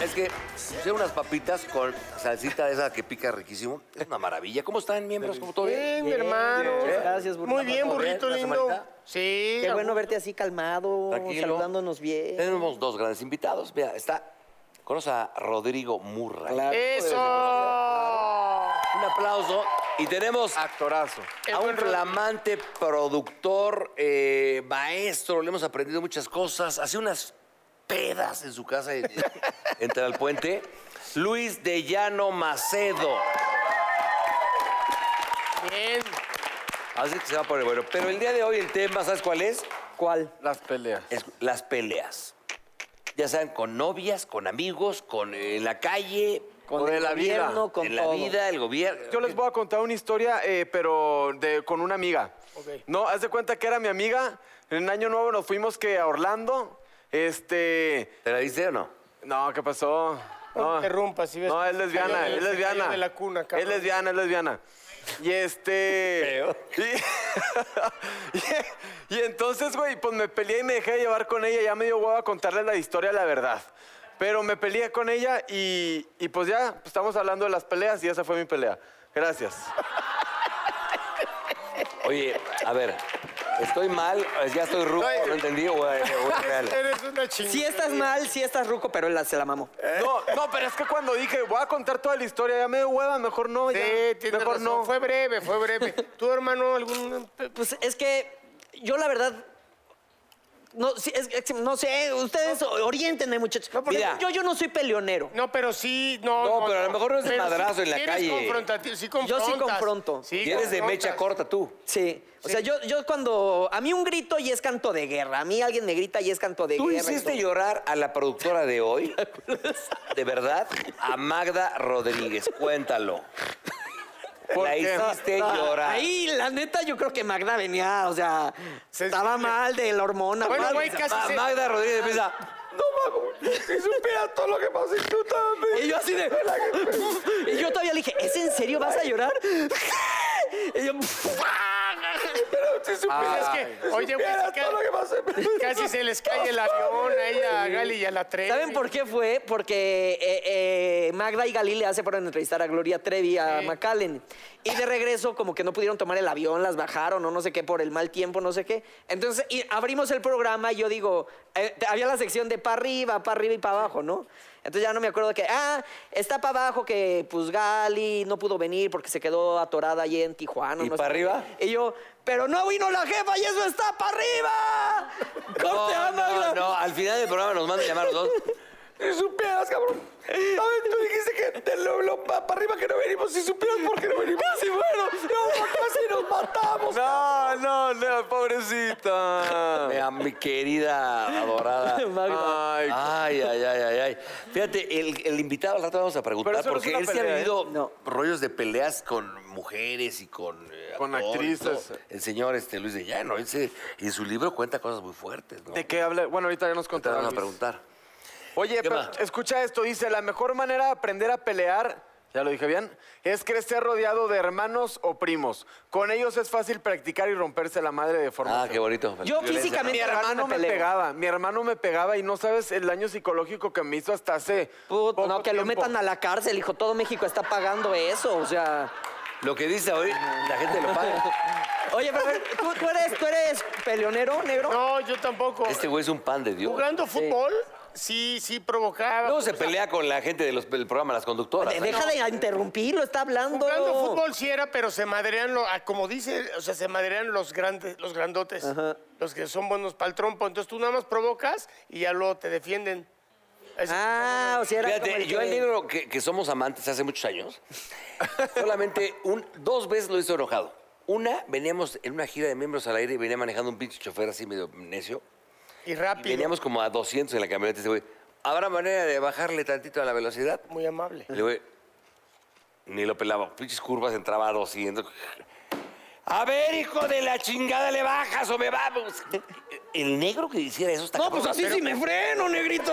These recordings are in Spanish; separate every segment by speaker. Speaker 1: Es que sea unas papitas con salsita de esa que pica riquísimo. Es una maravilla. ¿Cómo están, miembros? ¿Cómo todo bien?
Speaker 2: Bien, mi hermano.
Speaker 1: bien.
Speaker 3: Gracias, burrito.
Speaker 2: Muy bien,
Speaker 1: Por
Speaker 2: burrito
Speaker 1: ver, la
Speaker 2: lindo.
Speaker 1: semanita.
Speaker 2: Sí.
Speaker 3: Qué bueno verte así calmado,
Speaker 1: Tranquilo.
Speaker 3: saludándonos bien.
Speaker 1: Tenemos dos grandes invitados. Mira, está. Conoce a Rodrigo Murra.
Speaker 2: Eso.
Speaker 1: Un aplauso. Y tenemos
Speaker 4: Actorazo.
Speaker 1: a un
Speaker 2: buen Rodrigo.
Speaker 1: flamante productor, eh, maestro. Le hemos aprendido muchas cosas. Hace unas pedas en su casa en, en al Puente. Luis de Llano Macedo.
Speaker 2: Bien.
Speaker 1: Así que se va a poner bueno. Pero el día de hoy el tema, ¿sabes cuál es?
Speaker 3: ¿Cuál?
Speaker 4: Las peleas.
Speaker 1: es las peleas. Ya saben, con novias, con amigos, con eh, en la calle,
Speaker 3: Con
Speaker 1: en
Speaker 3: el
Speaker 1: la vida,
Speaker 3: gobierno, con
Speaker 1: en
Speaker 3: todo.
Speaker 1: la vida, el gobierno.
Speaker 4: Yo les voy a contar una historia, eh, pero de, con una amiga.
Speaker 2: Ok.
Speaker 4: No, haz de cuenta que era mi amiga. En Año Nuevo nos fuimos que a Orlando. Este.
Speaker 1: ¿Te la dice o no?
Speaker 4: No, ¿qué pasó? No,
Speaker 2: No te rompas, si ves
Speaker 4: No,
Speaker 2: que
Speaker 4: es
Speaker 2: se
Speaker 4: lesbiana,
Speaker 2: cayó de-
Speaker 4: es
Speaker 2: se
Speaker 4: lesbiana.
Speaker 2: cayó de la cuna,
Speaker 4: es
Speaker 2: cabrón.
Speaker 4: lesbiana, es lesbiana. Y este.
Speaker 1: Feo.
Speaker 4: Y, y- y entonces, güey, pues me peleé y me dejé de llevar con ella. Ya me dio huevo a contarle la historia, la verdad. Pero me peleé con ella y, y pues ya pues, estamos hablando de las peleas y esa fue mi pelea. Gracias.
Speaker 1: Oye, a ver, estoy mal, Eh, ya estoy rudo,
Speaker 2: Ay.
Speaker 1: no entendí, o, eh, o es real.
Speaker 2: Eres una chingada.
Speaker 3: Sí estás mal, sí estás ruco, pero él la- se la mamó.
Speaker 4: No, no, pero es que cuando dije, voy a contar toda la historia, ya me dio hueva, mejor no.
Speaker 2: Sí,
Speaker 4: ya,
Speaker 2: tienes
Speaker 4: mejor
Speaker 2: razón.
Speaker 4: no.
Speaker 2: Fue breve, fue breve. ¿Tu hermano algún...?
Speaker 3: Pues es que yo la verdad... No, sí, es- es- no sé, ustedes oriéntenme, muchachos.
Speaker 2: No, porque-
Speaker 3: Mira, yo, yo no soy peleonero.
Speaker 2: No, pero sí, no.
Speaker 1: No, pero a lo mejor no es de
Speaker 2: Pero
Speaker 1: madrazo en la
Speaker 2: eres
Speaker 1: calle.
Speaker 2: confrontativo, sí confrontas.
Speaker 3: confronto.
Speaker 2: Sí
Speaker 1: Y eres de
Speaker 2: confrontas.
Speaker 1: mecha corta tú.
Speaker 3: Sí. O sea, yo, yo cuando... A mí un grito y es canto de guerra. A mí alguien me grita y es canto de
Speaker 1: Tú
Speaker 3: guerra. y
Speaker 1: hiciste
Speaker 3: todo.
Speaker 1: llorar a la productora de hoy, de verdad, a Magda Rodríguez. Cuéntalo.
Speaker 4: ¿Por
Speaker 1: La
Speaker 4: qué?
Speaker 1: hiciste llorar.
Speaker 3: Ahí, la neta, yo creo que Magda venía, o sea,
Speaker 2: Se-
Speaker 3: estaba mal de la hormona.
Speaker 2: Bueno,
Speaker 3: mal,
Speaker 2: güey,
Speaker 3: o sea,
Speaker 2: casi
Speaker 1: Ma-
Speaker 2: se-
Speaker 1: Magda Rodríguez empieza. No, mago, si supieras todo lo que pasó, tú también.
Speaker 3: Y yo así de. Y yo todavía le dije, ¿es en serio? ¿Vas a llorar? Y yo.
Speaker 2: pues, Es que, oye, güey, sí ca- casi se les cae el avión a ella, a Gali y a la Trevi.
Speaker 3: ¿Saben por qué fue? Porque eh, eh, Magda y Galí le hace fueron a entrevistar a Gloria Trevi, a
Speaker 2: Sí.
Speaker 3: McAllen. Y de regreso, como que no pudieron tomar el avión, las bajaron o no sé qué por el mal tiempo, no sé qué. Entonces y abrimos el programa y yo digo, eh, te- había la sección de para arriba, para arriba y para abajo, ¿no? Entonces ya no me acuerdo que, ah, está para abajo que pues Gali no pudo venir porque se quedó atorada allí en Tijuana.
Speaker 1: ¿Y
Speaker 3: no sé
Speaker 1: para
Speaker 3: qué.
Speaker 1: arriba?
Speaker 3: Y yo, pero no vino la jefa y eso está para arriba. ¿Cómo te va, ah, Magda?
Speaker 1: no, no, al final del programa nos mandan llamar los dos. Si supieras, cabrón. ¿Sabes? Tú dijiste que te lo, para arriba que no venimos. Si supieras por qué no venimos. Casi bueno. No, casi nos matamos.
Speaker 4: No, no, no, pobrecita.
Speaker 1: A mi querida adorada.
Speaker 3: Magda.
Speaker 4: Ay,
Speaker 1: Ay, ay, ay, ay, ay. Fíjate, el, el invitado al rato vamos a preguntar,
Speaker 4: Pero eso no es
Speaker 1: porque
Speaker 4: una
Speaker 1: él se ha
Speaker 4: pelea, ¿eh?
Speaker 1: vivido
Speaker 3: No.
Speaker 1: rollos de peleas con mujeres y con... eh,
Speaker 4: Con
Speaker 1: actores,
Speaker 4: actrices.
Speaker 1: todo. El señor este, Luis de Llano, él se- en su libro cuenta cosas muy fuertes, ¿no?
Speaker 4: ¿De qué habla? Bueno, ahorita ya nos
Speaker 1: Te
Speaker 4: contará.
Speaker 1: van a
Speaker 4: Luis.
Speaker 1: preguntar.
Speaker 4: Oye,
Speaker 1: ¿Qué
Speaker 4: pero
Speaker 1: más?
Speaker 4: escucha esto, dice, la mejor manera de aprender a pelear, ya lo dije bien, es crecer rodeado de hermanos o primos. Con ellos es fácil practicar y romperse la madre de forma...
Speaker 1: Ah, qué bonito.
Speaker 3: Yo
Speaker 1: Violencia.
Speaker 3: físicamente-
Speaker 4: Mi hermano me
Speaker 3: peleo.
Speaker 4: pegaba, mi hermano me pegaba y no sabes el daño psicológico que me hizo hasta hace
Speaker 3: Puta,
Speaker 4: poco
Speaker 3: no, que lo
Speaker 4: tiempo.
Speaker 3: metan a la cárcel, hijo. Todo México está pagando eso, o sea.
Speaker 1: Lo que dice hoy, la gente lo paga.
Speaker 3: Oye, pero a ver, ¿tú, tú eres, tú eres peleonero, negro?
Speaker 2: No, yo tampoco.
Speaker 1: Este güey es un pan de Dios.
Speaker 2: Jugando fútbol, sí, sí provocaba.
Speaker 1: Luego se pelea con la gente de los- del programa Las Conductoras.
Speaker 3: De- Deja de interrumpirlo, está hablando.
Speaker 2: Jugando fútbol sí era, pero se madrean, lo- ah, como dice, o sea, se madrean los grandes, los grandotes, los que son buenos para el trompo. Entonces tú nada más provocas y ya luego te defienden. Es-
Speaker 3: Ah, o sea, era. como
Speaker 1: Fíjate,
Speaker 3: el
Speaker 1: yo
Speaker 3: que-
Speaker 1: el libro que, que somos amantes hace muchos años, solamente un, dos veces lo hizo enojado. Una, veníamos en una gira de miembros al aire y venía manejando un pinche chofer así medio necio.
Speaker 2: y
Speaker 1: Y
Speaker 2: rápido.
Speaker 1: veníamos como a 200 en la camioneta. y Ese güey, ¿habrá manera de bajarle tantito a la velocidad?
Speaker 2: Muy amable.
Speaker 1: Le güey, ni lo pelaba. Pinches curvas entraba a 200. A ver, hijo de la chingada, le bajas o me vamos. El negro que hiciera eso está
Speaker 3: No,
Speaker 1: cabrón.
Speaker 3: pues así
Speaker 1: Pero-
Speaker 3: sí me freno, negrito.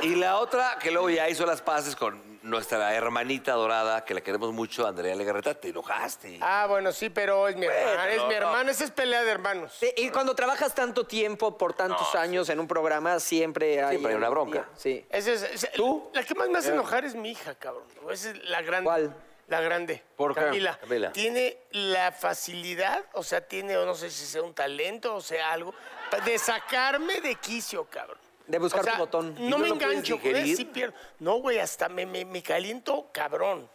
Speaker 1: y la otra que luego ya hizo las paces con nuestra hermanita dorada, que la queremos mucho, Andrea Legarreta, te enojaste.
Speaker 2: Ah, bueno, sí, pero es mi hermana, es mi hermana, esa es pelea de hermanos.
Speaker 3: Sí, y cuando trabajas tanto tiempo, por tantos años en un programa, siempre hay...
Speaker 1: Siempre hay una bronca.
Speaker 3: Sí.
Speaker 2: Esa es, esa- La que más me hace enojar es mi hija, cabrón. Esa es la grande.
Speaker 3: ¿Cuál?
Speaker 2: La grande.
Speaker 4: ¿Por qué?
Speaker 2: Camila.
Speaker 1: Camila.
Speaker 2: Tiene la facilidad, o sea, tiene, o no sé si sea un talento o sea algo, pa- de sacarme de quicio, cabrón.
Speaker 3: De buscar
Speaker 2: O sea,
Speaker 3: tu botón.
Speaker 1: ¿Y no
Speaker 2: No me
Speaker 1: lo puedes
Speaker 2: engancho, güey,
Speaker 1: digerir?
Speaker 2: sí pierdo. No, güey, hasta me, me- me caliento cabrón.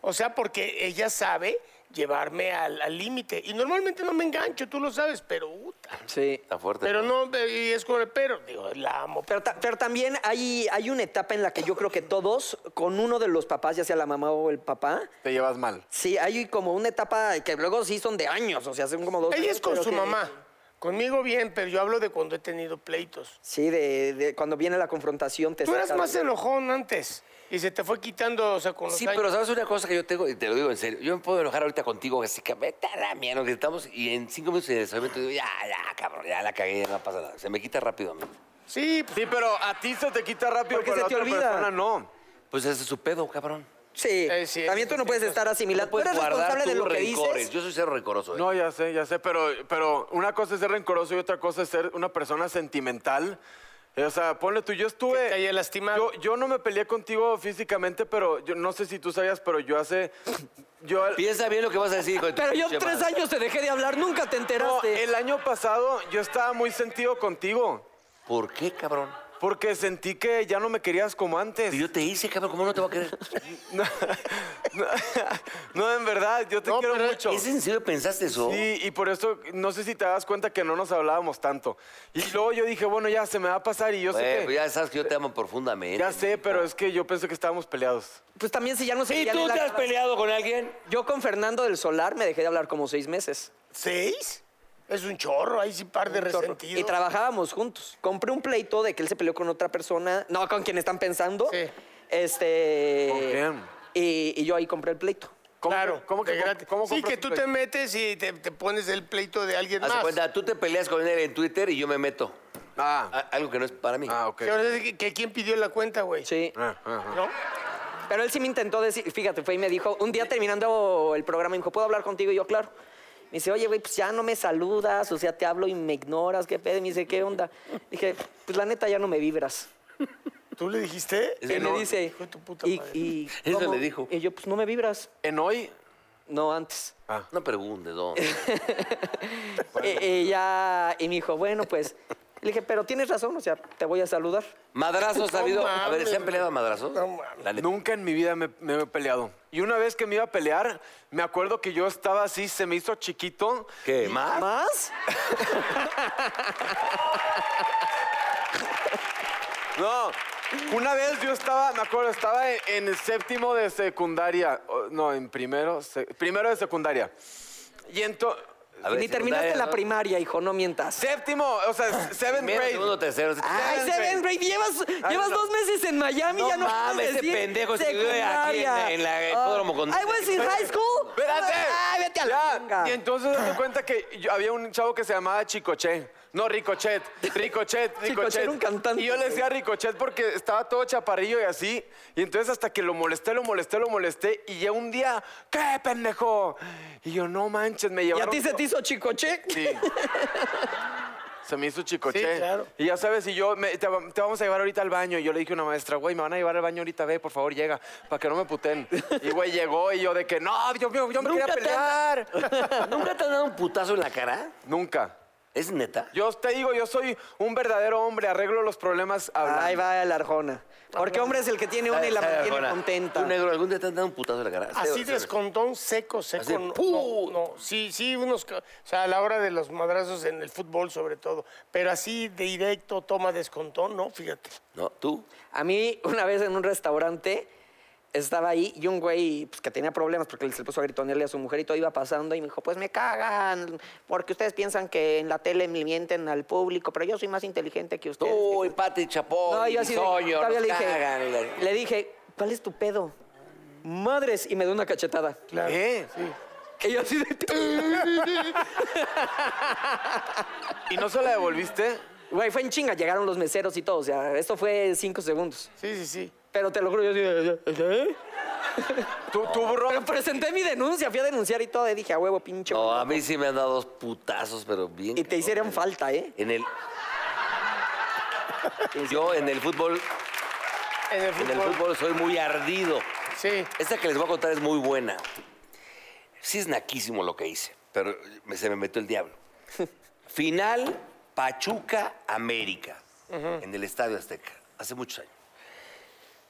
Speaker 2: O sea, porque ella sabe llevarme al al límite. Y normalmente no me engancho, tú lo sabes, pero... puta.
Speaker 3: Sí.
Speaker 1: Está fuerte.
Speaker 2: Pero no, y es con el pero. Digo, la amo,
Speaker 3: Pero, ta- pero también hay, hay una etapa en la que yo creo que todos, con uno de los papás, ya sea la mamá o el papá,
Speaker 4: Te llevas mal.
Speaker 3: sí, hay como una etapa que luego sí son de años, o sea, son como dos
Speaker 2: Ella
Speaker 3: años,
Speaker 2: es con
Speaker 3: pero
Speaker 2: su
Speaker 3: que-
Speaker 2: mamá. eh, Conmigo bien, pero yo hablo de cuando he tenido pleitos.
Speaker 3: Sí, de, de cuando viene la confrontación te
Speaker 2: Tú eras
Speaker 3: sacas
Speaker 2: más
Speaker 3: de-
Speaker 2: enojón antes y se te fue quitando, o sea, con los
Speaker 1: Sí,
Speaker 2: años.
Speaker 1: pero sabes una cosa que yo tengo, y te lo digo en serio, yo me puedo enojar ahorita contigo, Jessica, vete a la mierda, nos gritamos y en cinco minutos de desarrollo digo, ya, ya, cabrón, ya la cagué, ya no pasa nada. Se me quita rápido a mí.
Speaker 2: Sí, pues,
Speaker 4: Sí, pero a ti se te quita rápido,
Speaker 3: Porque
Speaker 4: pero a
Speaker 3: se te
Speaker 4: otra
Speaker 3: olvida.
Speaker 4: persona no.
Speaker 1: Pues ese es su pedo, cabrón.
Speaker 3: Sí,
Speaker 2: Eh, sí,
Speaker 3: también tú no puedes estar asimilando. Tú
Speaker 1: Puedes
Speaker 3: eres responsable
Speaker 1: guardar
Speaker 3: de
Speaker 1: tus
Speaker 3: lo que
Speaker 1: rencores.
Speaker 3: dices.
Speaker 1: Yo soy cero rencoroso. ¿eh?
Speaker 4: No, ya sé, ya sé, pero, pero una cosa es ser rencoroso y otra cosa es ser una persona sentimental. O sea, ponle tú, yo estuve...
Speaker 2: Que te haya lastimado.
Speaker 4: Yo, yo no me peleé contigo físicamente, pero yo no sé si tú sabías, pero yo hace... Yo,
Speaker 1: Piensa bien lo que vas a decir. hijo de tu
Speaker 3: Pero yo
Speaker 1: pinche
Speaker 3: tres
Speaker 1: madre.
Speaker 3: años te dejé de hablar, nunca te
Speaker 4: No,
Speaker 3: enteraste.
Speaker 4: el año pasado yo estaba muy sentido contigo,
Speaker 1: ¿Por qué, cabrón?
Speaker 4: porque sentí que ya no me querías como antes.
Speaker 1: Si yo te hice, cabrón, ¿cómo no te va a querer?
Speaker 4: No, no, no, en verdad, yo te
Speaker 2: No,
Speaker 4: quiero
Speaker 2: pero
Speaker 4: mucho.
Speaker 1: ¿Es en serio pensaste eso?
Speaker 4: Sí, y por eso no sé si te das cuenta que no nos hablábamos tanto. Y luego yo dije, bueno, ya se me va a pasar y yo
Speaker 1: Güey,
Speaker 4: sé que...
Speaker 1: pues ya sabes que yo te amo profundamente.
Speaker 4: Ya sé, pero es que yo pensé que estábamos peleados.
Speaker 3: Pues también si ya no se
Speaker 1: ¿Y
Speaker 3: ya le
Speaker 1: tú
Speaker 3: la-
Speaker 1: te has peleado con alguien?
Speaker 3: Yo con Fernando del Solar me dejé de hablar como seis meses.
Speaker 2: ¿seis? Es un chorro, ahí sí par de resentidos.
Speaker 3: Y trabajábamos juntos. Compré un pleito de que él se peleó con otra persona. No, con quien están pensando.
Speaker 2: Sí.
Speaker 3: Este.
Speaker 4: ¿Con quién?
Speaker 3: Y, y yo ahí compré el pleito.
Speaker 4: ¿Cómo
Speaker 2: Claro,
Speaker 4: que- cómo que
Speaker 2: de
Speaker 4: com-
Speaker 2: gratis.
Speaker 4: cómo
Speaker 2: Sí,
Speaker 4: compras
Speaker 2: que
Speaker 4: un
Speaker 2: tú
Speaker 4: pleito?
Speaker 2: te metes y te, te pones el pleito de alguien
Speaker 1: Haz de
Speaker 2: más.
Speaker 1: cuenta, tú te peleas con él en Twitter y yo me meto. A-
Speaker 4: Ah,
Speaker 1: Algo que no es para mí.
Speaker 4: ah, ok.
Speaker 2: Que ahora es que- que quién pidió la cuenta, güey.
Speaker 3: Sí.
Speaker 4: Ah, ah, ah.
Speaker 2: ¿No?
Speaker 3: Pero él sí me intentó decir, fíjate, fue y me dijo, un día terminando el programa, me dijo, ¿puedo hablar contigo? Y yo, claro. Me dice, oye, güey, pues ya no me saludas, o sea, te hablo y me ignoras, qué pedo. Y me dice, ¿qué onda? Dije, pues la neta ya no me vibras.
Speaker 2: ¿Tú le dijiste?
Speaker 1: Es
Speaker 3: y
Speaker 1: que
Speaker 3: me
Speaker 1: no-
Speaker 3: dice,
Speaker 2: Hijo de tu puta
Speaker 3: "¿Y-
Speaker 2: madre".
Speaker 3: y
Speaker 1: Eso
Speaker 3: cómo?".
Speaker 1: le dijo.
Speaker 3: Y yo, pues no me vibras.
Speaker 4: ¿En hoy?
Speaker 3: No, antes.
Speaker 4: Ah.
Speaker 1: No preguntes, no.
Speaker 3: Y, y ya, Eh, y me dijo, bueno, pues. Le dije, pero tienes razón, o sea, te voy a saludar.
Speaker 1: Madrazos ha habido. A ver, ¿se
Speaker 2: mames.
Speaker 1: han peleado a madrazos?
Speaker 2: No mames.
Speaker 1: La neta.
Speaker 4: Nunca en mi vida me, me he peleado. Y una vez que me iba a pelear, me acuerdo que yo estaba así, se me hizo chiquito.
Speaker 1: ¿Qué? ¿Más?
Speaker 3: ¿Más?
Speaker 4: No, una vez yo estaba, me acuerdo, estaba en, en el séptimo de secundaria. o, No, en primero, se- primero de secundaria. Y entonces...
Speaker 1: A ver,
Speaker 3: Ni terminaste
Speaker 1: secundaria,
Speaker 3: la
Speaker 1: ¿no?
Speaker 3: primaria, hijo, no mientas.
Speaker 4: Séptimo, o sea, seventh
Speaker 1: Primero,
Speaker 4: grade.
Speaker 1: segundo, tercero.
Speaker 3: Ay,
Speaker 4: Seven
Speaker 3: Seven Ray, llevas, llevas
Speaker 4: no.
Speaker 3: dos meses en Miami,
Speaker 1: No
Speaker 3: ya no puedes
Speaker 1: mames, ese
Speaker 3: decir
Speaker 1: pendejo se quedó aquí en-
Speaker 3: secundaria. Ah,
Speaker 1: en la- en la- hipódromo con-
Speaker 3: Ay, was in high school.
Speaker 4: ¡Espérate!
Speaker 3: Ay, Ah, vete a
Speaker 4: Ya,
Speaker 3: la manga.
Speaker 4: Y entonces me cuenta que yo- había un chavo que se llamaba Chicoche. No, Ricochet. Ricochet,
Speaker 3: Chicoche
Speaker 4: Ricochet.
Speaker 3: era un cantante.
Speaker 4: Y yo le decía Ricochet porque estaba todo chaparrillo y así. Y entonces hasta que lo molesté, lo molesté, lo molesté. Y ya un día, ¡qué pendejo! Y yo, no manches, me
Speaker 3: ¿Y a
Speaker 4: llevaron...
Speaker 3: ti se te hizo chicoche?
Speaker 4: Sí. Se me hizo chicoche.
Speaker 2: Sí, claro.
Speaker 4: Y ya sabes, y yo, me- te, va- te vamos a llevar ahorita al baño. Y yo le dije a una maestra, güey, me van a llevar al baño ahorita, ve, por favor, llega, para que no me puten. Y güey, llegó y yo de que, no, yo, yo- yo me
Speaker 3: Nunca
Speaker 4: quería
Speaker 3: te
Speaker 4: pelear.
Speaker 1: ¿Nunca te han dado un putazo en la cara?
Speaker 4: Nunca.
Speaker 1: ¿Es neta?
Speaker 4: Yo te digo, yo soy un verdadero hombre, arreglo los problemas hablando.
Speaker 3: Ahí va la arjona. Porque hombre es el que tiene una y la
Speaker 1: ¿Sabes,
Speaker 3: mantiene
Speaker 1: Arjona?
Speaker 3: contenta.
Speaker 1: ¿Tú, negro, algún día te han dado un putazo en la cara?
Speaker 2: Así
Speaker 1: Cero, cero.
Speaker 2: descontón seco, seco.
Speaker 1: Así,
Speaker 2: no,
Speaker 1: ¡pum!
Speaker 2: no, no. sí, sí, unos. ca- O sea, a la hora de los madrazos en el fútbol, sobre todo. Pero así de directo, toma descontón, no, fíjate.
Speaker 1: ¿No? ¿Tú?
Speaker 3: A mí, una vez en un restaurante, estaba ahí y un güey pues, que tenía problemas porque se le puso a gritonearle a su mujer y todo iba pasando y me dijo, pues me cagan, porque ustedes piensan que en la tele me mienten al público, pero yo soy más inteligente que ustedes.
Speaker 1: Tú y Pati Chapón.
Speaker 3: no,
Speaker 1: y
Speaker 3: yo así de-
Speaker 1: Bisoño,
Speaker 3: todavía
Speaker 1: nos
Speaker 3: le dije,
Speaker 1: cagan, y la-
Speaker 3: le dije, ¿cuál es tu pedo? Madres, y me dio una cachetada.
Speaker 2: Claro.
Speaker 4: ¿Eh?
Speaker 3: Y yo así de...
Speaker 4: ¿Y no se la devolviste?
Speaker 3: Güey, fue en chinga, llegaron los meseros y todo, o sea, esto fue cinco segundos.
Speaker 2: Sí, sí, sí.
Speaker 3: Pero te lo juro, yo así de- ¿eh?
Speaker 4: Tú, tú, burro.
Speaker 3: Pero presenté mi denuncia, fui a denunciar y todo, y dije, a huevo, pincho.
Speaker 1: No, a mí sí me han dado dos putazos, pero bien.
Speaker 3: Y te hicieron
Speaker 1: cabrón.
Speaker 3: falta, ¿eh?
Speaker 1: En el. Yo en el fútbol,
Speaker 2: En el
Speaker 1: en el fútbol soy muy ardido.
Speaker 2: Sí.
Speaker 1: Esta que les voy a contar es muy buena. Sí es naquísimo lo que hice, pero me- se me metió el diablo. Final Pachuca América en el Estadio Azteca, hace muchos años.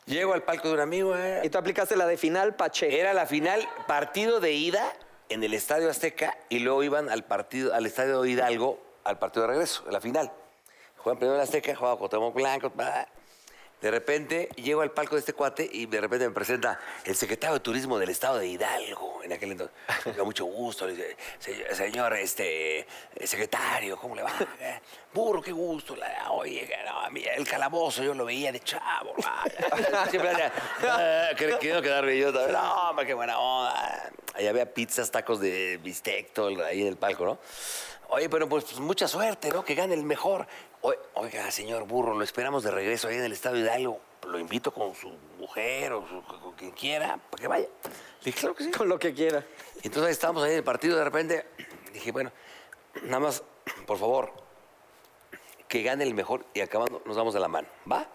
Speaker 1: Llego al palco de un amigo, eh,
Speaker 3: Y tú aplicaste la de final, Pache.
Speaker 1: Era la final, partido de ida en el Estadio Azteca y luego iban al partido, al Estadio Hidalgo, al partido de regreso, en la final. Juegan primero en el Azteca, jugaban con Tomás Blanco. pa. De repente llego al palco de este cuate y de repente me presenta el secretario de Turismo del Estado de Hidalgo en aquel entonces. Con mucho gusto, le dice, "Se- señor este, eh, secretario, ¿cómo le va? Eh, Burro, qué gusto. La- oye, no, a mí el calabozo yo lo veía de chavo. va". Siempre era, "Ah, que- quiero quedarme yo también. No, hombre, qué buena onda. Ahí había pizzas, tacos de bistec, todo el- ahí en el palco, ¿no? Oye, pero pues, pues, mucha suerte, ¿no? Que gane el mejor. O- Oiga, señor Burro, lo esperamos de regreso ahí en el Estado Hidalgo. Lo invito con su mujer o su- con quien quiera, para que vaya. Le dije, claro que sí.
Speaker 3: Con lo que quiera.
Speaker 1: Y Entonces ahí estábamos ahí en el partido, de repente dije, bueno, nada más, por favor, que gane el mejor y acabando nos damos de la mano, ¿va?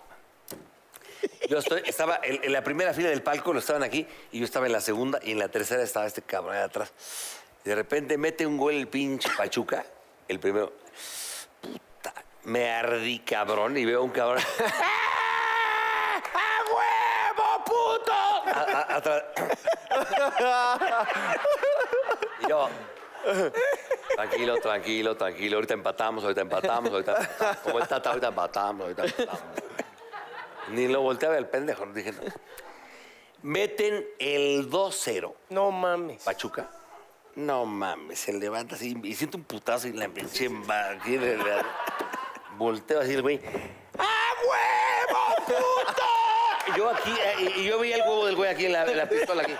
Speaker 1: Yo estoy- estaba en, en la primera fila del palco, lo estaban aquí, y yo estaba en la segunda, y en la tercera estaba este cabrón de atrás. De repente mete un gol el pinche Pachuca, el primero. Puta, me ardí cabrón, y veo un cabrón. ¡Ah! ¡A huevo, puto! A- a- atrás. Y yo, tranquilo, tranquilo, tranquilo. Ahorita empatamos, ahorita empatamos, ahorita empatamos. Como el Tata, ahorita empatamos, ahorita empatamos. Ni lo volteaba el pendejo. Dije, no. Meten el 2-0.
Speaker 2: No mames.
Speaker 1: Pachuca. No mames, se levanta así y siente un putazo y la pinche ma- aquí de la- Volteo así el güey. ¡A huevo, puto! Yo aquí, eh, y y yo veía el huevo del güey aquí en la, en la pistola aquí.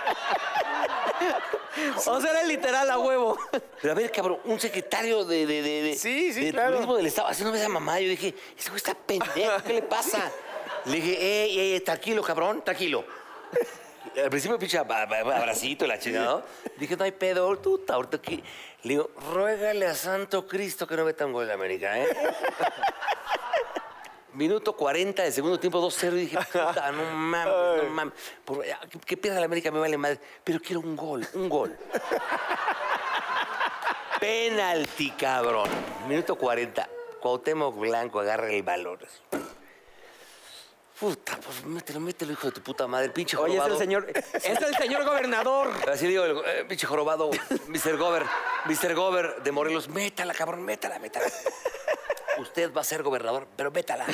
Speaker 3: O sea, era literal a huevo.
Speaker 1: Pero a ver, cabrón, un secretario de, de, de, de-
Speaker 2: Sí, sí,
Speaker 1: de
Speaker 2: claro.
Speaker 1: turismo del Estado haciéndome esa mamá. Yo dije, ese güey está pendejo, ¿qué le pasa? Le dije, ey, ey, tranquilo, cabrón, tranquilo. Al principio, pinche ab- ab- ab- abracito, la chingada. ¿no? Dije, no hay pedo, tú, ahorita aquí. Le digo, ruégale a Santo Cristo que no meta un gol de América, ¿eh? Minuto 40 del segundo tiempo, 2-0. Y dije, puta, no mames, no mames. Por- ah, que, que pierda la América me vale madre. Pero quiero un gol, un gol. Penalti, cabrón. Minuto 40. Cuauhtémoc Blanco agarra el valor. Puta, pues mételo, mételo, hijo de tu puta madre. Pinche
Speaker 3: Oye, es
Speaker 1: jorobado.
Speaker 3: el señor. Es el señor gobernador.
Speaker 1: Así digo, el, eh, pinche jorobado, Mr. Gover, Mr. Gover de Morelos, métala, cabrón, métala, métala. Usted va a ser gobernador, pero métala.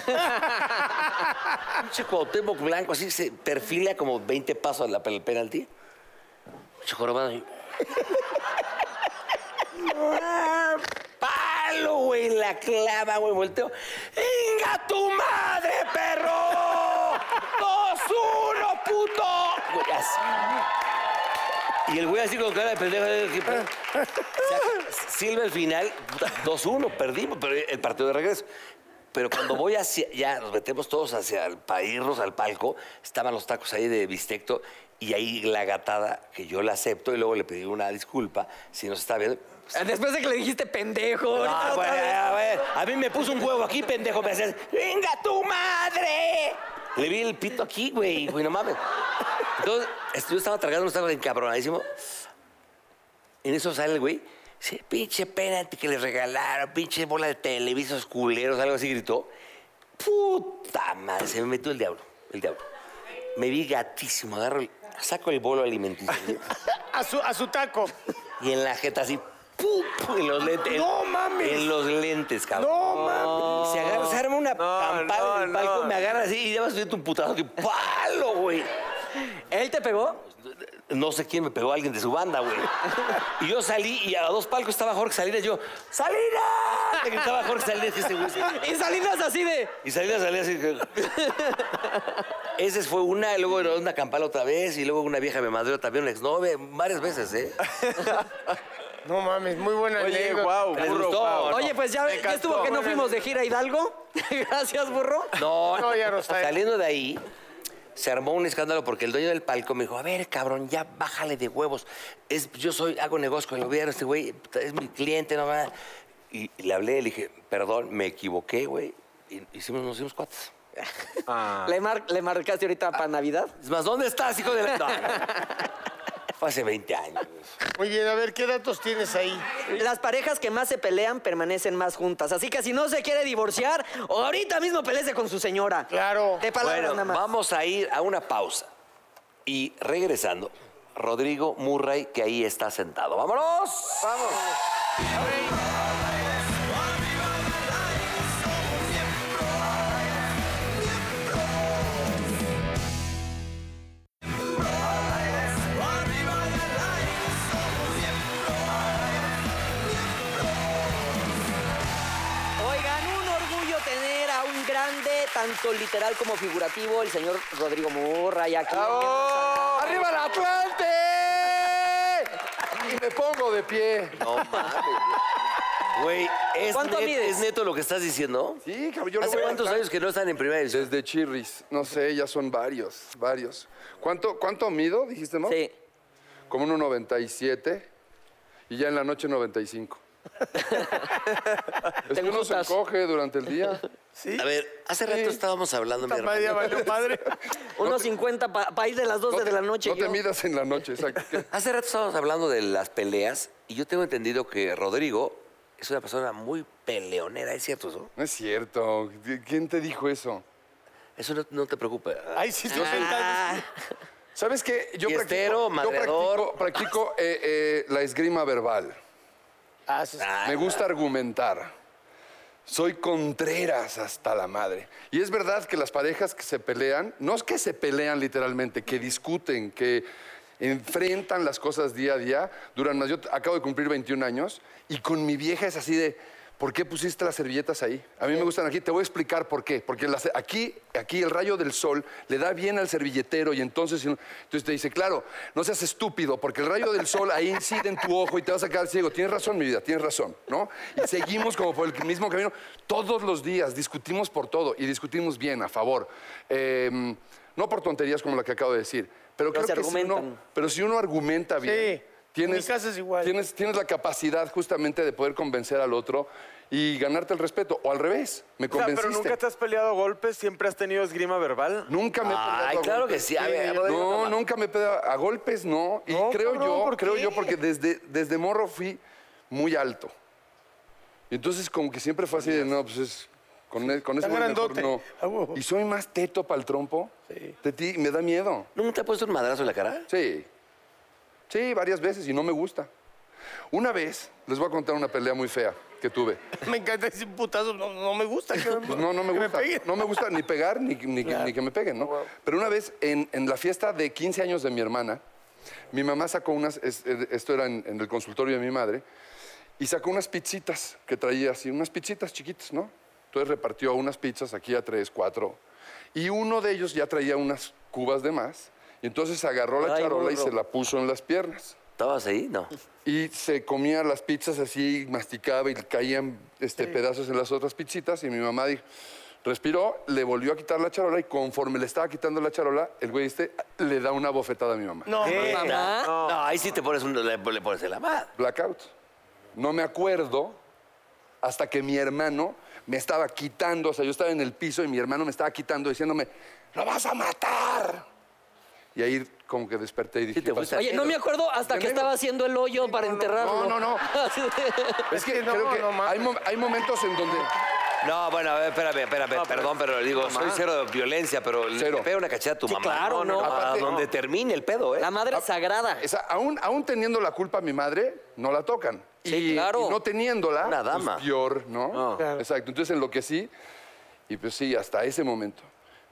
Speaker 1: pinche Cuauhtémoc Blanco, así se perfila como 20 pasos al el penalti. Pinche jorobado. así. Palo, güey, la clava, güey, volteo. ¡Inga tu madre, perro! ¡Dos, uno, puto! Güey, así. Y el güey así con cara de pendejo. eh, que- o sea, silba el final, puta, 2-1, perdimos, pero el partido de regreso. Pero cuando voy hacia, ya nos metemos todos hacia el, para irnos al palco, estaban los tacos ahí de bistecto y ahí la gatada, que yo la acepto y luego le pedí una disculpa, si nos está viendo.
Speaker 3: Después de que le dijiste pendejo.
Speaker 1: Ah,
Speaker 3: ahorita otra
Speaker 1: güey,
Speaker 3: vez.
Speaker 1: a, ver, a mí me puso un huevo aquí, pendejo, me haces, ¡venga tu madre! Le vi el pito aquí, güey, güey, no mames. Entonces, este, yo estaba tragando, estaba encabronadísimo. En eso sale el güey, dice, pinche penalti que le regalaron, pinche bola de televisos culeros, algo así gritó. Puta madre, se me metió el diablo, el diablo. Me vi gatísimo, agarro, el- saco el bolo alimenticio
Speaker 2: A su, a su taco.
Speaker 1: y en la jeta así, ¡pum! pum, en los lentes. en-
Speaker 2: ¡No mames!
Speaker 1: En los lentes, cabrón.
Speaker 2: No mames.
Speaker 1: Se, agarra, se arma una campada en el
Speaker 4: no,
Speaker 1: palco,
Speaker 4: no.
Speaker 1: me agarra así y ya vas viendo un putazo que palo, güey.
Speaker 3: ¿Él te pegó?
Speaker 1: No sé quién me pegó, alguien de su banda, güey. Y yo salí y a dos palcos estaba Jorge Salinas. Yo, ¡Salinas! Le gritaba Jorge Salinas que ese güey.
Speaker 3: Y Salinas así de.
Speaker 1: Y Salinas salía así. que- Esa fue una, y luego era una campala otra vez, y luego una vieja me madreó también, una exnovia, varias veces, ¿eh?
Speaker 2: No mames, muy buena
Speaker 4: Oye,
Speaker 2: anécdota.
Speaker 4: guau,
Speaker 1: ¿Les
Speaker 4: burro,
Speaker 1: gustó?
Speaker 4: guau.
Speaker 1: No,
Speaker 3: Oye, pues ya,
Speaker 4: me
Speaker 3: ya estuvo
Speaker 4: encantó.
Speaker 3: que no fuimos de gira a Hidalgo. Gracias, burro.
Speaker 1: No,
Speaker 2: No, ya no está.
Speaker 1: Saliendo de ahí, se armó un escándalo porque el dueño del palco me dijo, a ver, cabrón, ya bájale de huevos. Es, yo soy, hago negocio con el gobierno, este güey es mi cliente, no va. Y le hablé, le dije, perdón, me equivoqué, güey. Y hicimos, nos hicimos cuates. Ah.
Speaker 3: ¿Le, mar- le marcaste ahorita para Navidad?
Speaker 1: Es más, ¿dónde estás, hijo de la... No, no. Fue hace 20 años.
Speaker 2: Muy bien, a ver, ¿qué datos tienes ahí?
Speaker 3: Las parejas que más se pelean permanecen más juntas. Así que si no se quiere divorciar, ahorita mismo pelece con su señora.
Speaker 2: Claro.
Speaker 3: De palabras
Speaker 1: Bueno,
Speaker 3: nada más.
Speaker 1: vamos a ir a una pausa. Y regresando, Rodrigo Murray, que ahí está sentado. ¡Vámonos! ¡Vamos!
Speaker 3: Oigan, un orgullo tener a un grande, tanto literal como figurativo, el señor Rodrigo Murray aquí.
Speaker 4: ¡Arriba el Atlante! Y me pongo de pie.
Speaker 1: No mames. Güey, ¿es,
Speaker 3: ¿Cuánto
Speaker 1: net-
Speaker 3: mides?
Speaker 1: es neto lo que estás diciendo?
Speaker 5: Sí, cabrón, yo lo
Speaker 1: ¿Hace
Speaker 5: voy a
Speaker 1: cuántos
Speaker 5: aventar
Speaker 1: años que no están en primera división?
Speaker 5: Desde Chirris. No sé, ya son varios, varios. ¿Cuánto, cuánto mido, dijiste, no?
Speaker 3: Sí.
Speaker 5: Como un 97 y ya en la noche 95. es que
Speaker 3: Tengo
Speaker 5: uno se
Speaker 3: juntas.
Speaker 5: encoge durante el día.
Speaker 1: A ver, hace rato estábamos hablando, mi
Speaker 2: Esta madre
Speaker 1: hermano.
Speaker 2: Ah, ya valió padre.
Speaker 3: Unos 50 para ir de las 12 de la noche.
Speaker 5: No te
Speaker 3: yo.
Speaker 5: midas en la noche, exacto. ¿Qué?
Speaker 1: Hace rato estábamos hablando de las peleas y yo tengo entendido que Rodrigo es una persona muy peleonera, ¿es cierto eso?
Speaker 5: No es cierto. ¿Quién te dijo eso?
Speaker 1: Eso no, no te preocupa.
Speaker 2: Ay, sí, estoy
Speaker 3: Ah.
Speaker 2: sentado.
Speaker 5: ¿Sabes qué? Yo
Speaker 1: Fiestero,
Speaker 5: practico, yo
Speaker 1: madreador.
Speaker 5: practico, practico, eh, eh, la esgrima verbal.
Speaker 2: Ah, sí, sí.
Speaker 1: Ah,
Speaker 5: Me gusta argumentar. Soy contreras hasta la madre. Y es verdad que las parejas que se pelean, no es que se pelean literalmente, que discuten, que enfrentan las cosas día a día, duran más. Yo t- acabo de cumplir 21 años y con mi vieja es así de, ¿por qué pusiste las servilletas ahí? A mí me gustan aquí, te voy a explicar por qué. Porque las- aquí, aquí el rayo del sol le da bien al servilletero y entonces, si no- entonces te dice, claro, no seas estúpido, porque el rayo del sol ahí incide en tu ojo y te vas a quedar ciego. Tienes razón, mi vida, tienes razón, ¿no? Y seguimos como por el mismo camino. Todos los días discutimos por todo y discutimos bien, a favor. Eh, no por tonterías como la que acabo de decir,
Speaker 3: Pero
Speaker 5: pero creo
Speaker 3: se
Speaker 5: que si uno-
Speaker 3: argumentan.
Speaker 5: pero si uno argumenta bien,
Speaker 2: Sí, mi casa es igual.
Speaker 5: Tienes, tienes la capacidad justamente de poder convencer al otro y ganarte el respeto. O al revés, me
Speaker 4: O sea,
Speaker 5: convenciste.
Speaker 4: pero nunca te has peleado a golpes, siempre has tenido esgrima verbal.
Speaker 5: Nunca me he peleado
Speaker 1: Ay,
Speaker 5: a
Speaker 1: claro que
Speaker 5: golpes.
Speaker 1: sí. A ver, Rodrigo,
Speaker 5: No,
Speaker 1: toma.
Speaker 5: nunca me he peleado a golpes, no. Y
Speaker 4: No,
Speaker 5: creo
Speaker 4: cabrón,
Speaker 5: yo,
Speaker 4: ¿por
Speaker 5: creo
Speaker 4: qué?
Speaker 5: yo, porque desde, desde morro fui muy alto. Y entonces como que siempre fue así de, no, pues es... Con, él- con ese
Speaker 2: Está
Speaker 5: güey mejor
Speaker 2: grandote.
Speaker 5: no.
Speaker 2: A huevo.
Speaker 5: Y soy más teto para el trompo. De ti, y me da miedo.
Speaker 1: ¿Nunca te ha puesto un madrazo en la cara?
Speaker 5: Sí. Sí, varias veces y no me gusta. Una vez, les voy a contar una pelea muy fea que tuve.
Speaker 2: Me encanta decir putazo. No, no me gusta. que-
Speaker 5: Pues no, no me
Speaker 2: que
Speaker 5: gusta.
Speaker 2: peguen.
Speaker 5: no me gusta ni pegar ni, ni que- ni que me peguen, ¿no? Pero una vez, en, en la fiesta de 15 años de mi hermana, mi mamá sacó unas, es- eh, esto era en, en el consultorio de mi madre, y sacó unas pizzitas que traía así, unas pizzitas chiquitas, ¿no? Entonces repartió unas pizzas aquí a tres, cuatro, y uno de ellos ya traía unas cubas de más, y entonces agarró la
Speaker 1: Ay,
Speaker 5: charola y
Speaker 1: burro.
Speaker 5: se la puso en las piernas.
Speaker 1: ¿Estabas ahí? No.
Speaker 5: Y se comía las pizzas así, masticaba y caían este, pedazos en las otras pizzitas. Y mi mamá dijo, respiró, le volvió a quitar la charola y conforme le estaba quitando la charola, el güey este le da una bofetada a mi mamá.
Speaker 2: No,
Speaker 1: Eh,
Speaker 3: mamá.
Speaker 1: No, ahí sí te pones un, le, le pones el amado.
Speaker 5: Blackout. No me acuerdo hasta que mi hermano me estaba quitando, o sea, yo estaba en el piso y mi hermano me estaba quitando diciéndome, ¡lo vas a matar! Y ahí como que desperté y dije,
Speaker 1: te fuiste
Speaker 5: "Vas a
Speaker 3: Oye, no me acuerdo hasta
Speaker 5: De
Speaker 3: que
Speaker 5: negro.
Speaker 3: estaba haciendo el hoyo para enterrarlo.
Speaker 5: no, no, no. Es que
Speaker 2: no,
Speaker 5: creo que
Speaker 2: no mames.
Speaker 5: hay, mo- hay momentos en donde.
Speaker 1: No, bueno, a ver, espérame, espérame, perdón, pero digo, soy cero de violencia, pero le-
Speaker 5: Cero.
Speaker 1: le pega una cachada a tu
Speaker 3: Sí,
Speaker 1: mamá.
Speaker 3: claro, no.
Speaker 1: A
Speaker 5: Aparte-
Speaker 1: donde termine el pedo, ¿eh?
Speaker 3: La
Speaker 5: Ah,
Speaker 3: madre sagrada.
Speaker 5: esa- aún, aún teniendo la culpa mi madre, no la tocan.
Speaker 3: Sí, claro.
Speaker 5: y no teniéndola,
Speaker 1: Una dama.
Speaker 5: pues, peor, ¿no?
Speaker 2: Claro.
Speaker 5: Exacto. Entonces enloquecí y pues sí, hasta ese momento.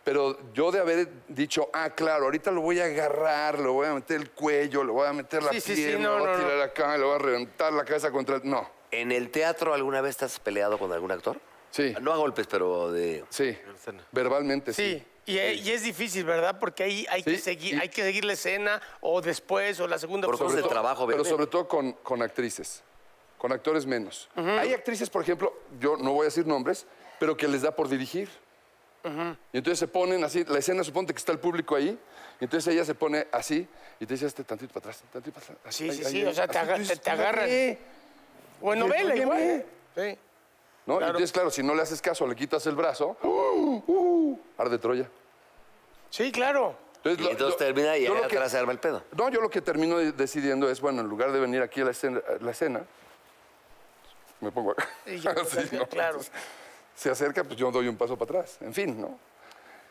Speaker 5: Pero yo de haber dicho, ah, claro, ahorita lo voy a agarrar, lo voy a meter el cuello, lo voy a meter la
Speaker 2: Sí, sí, sí,
Speaker 5: pierna,
Speaker 2: no,
Speaker 5: lo voy a
Speaker 2: no, no.
Speaker 5: tirar acá, lo voy a reventar la cabeza contra el... No,
Speaker 1: ¿En el teatro alguna vez te has peleado con algún actor?
Speaker 2: Ah,
Speaker 5: Sí.
Speaker 1: No a golpes, pero de...
Speaker 5: sí, verbalmente sí.
Speaker 2: Sí. Y, e- y es difícil, ¿verdad? Porque ahí hay, que
Speaker 5: Sí,
Speaker 2: seguir,
Speaker 5: y-
Speaker 2: hay que seguir la escena o después o la segunda.
Speaker 1: Por
Speaker 2: opción.
Speaker 1: de trabajo,
Speaker 5: Pero
Speaker 1: obviamente.
Speaker 5: sobre todo con, con actrices. Con actores menos. Hay actrices, por ejemplo, yo no voy a decir nombres, pero que les da por dirigir. Y entonces se ponen así, la escena suponte que está el público ahí, y entonces ella se pone así y te dice este tantito para atrás, tantito para atrás.
Speaker 2: Sí,
Speaker 5: así, ahí,
Speaker 2: sí,
Speaker 5: ahí,
Speaker 2: sí, o sea, te,
Speaker 5: así,
Speaker 2: aga-
Speaker 5: tú dices,
Speaker 2: te- te agarran.
Speaker 5: "Órale".
Speaker 2: O en novela
Speaker 5: Oye,
Speaker 2: igual.
Speaker 5: oye.
Speaker 2: Sí.
Speaker 5: ¿No?
Speaker 2: Claro.
Speaker 5: Y entonces, claro, si no le haces caso, le quitas el brazo, ¡uh! ¡uh! arde Troya.
Speaker 2: sí, claro.
Speaker 1: Y entonces termina y
Speaker 5: yo
Speaker 1: ahí
Speaker 5: lo que-
Speaker 1: atrás se arma el pedo.
Speaker 5: No, yo lo que termino de- decidiendo es, bueno, en lugar de venir aquí a la escena, a la escena, me pongo acá.
Speaker 2: Y ya,
Speaker 5: Así,
Speaker 2: pues,
Speaker 5: ¿no?
Speaker 2: claro.
Speaker 5: Entonces, se acerca, pues yo doy un paso para atrás. En fin, ¿no?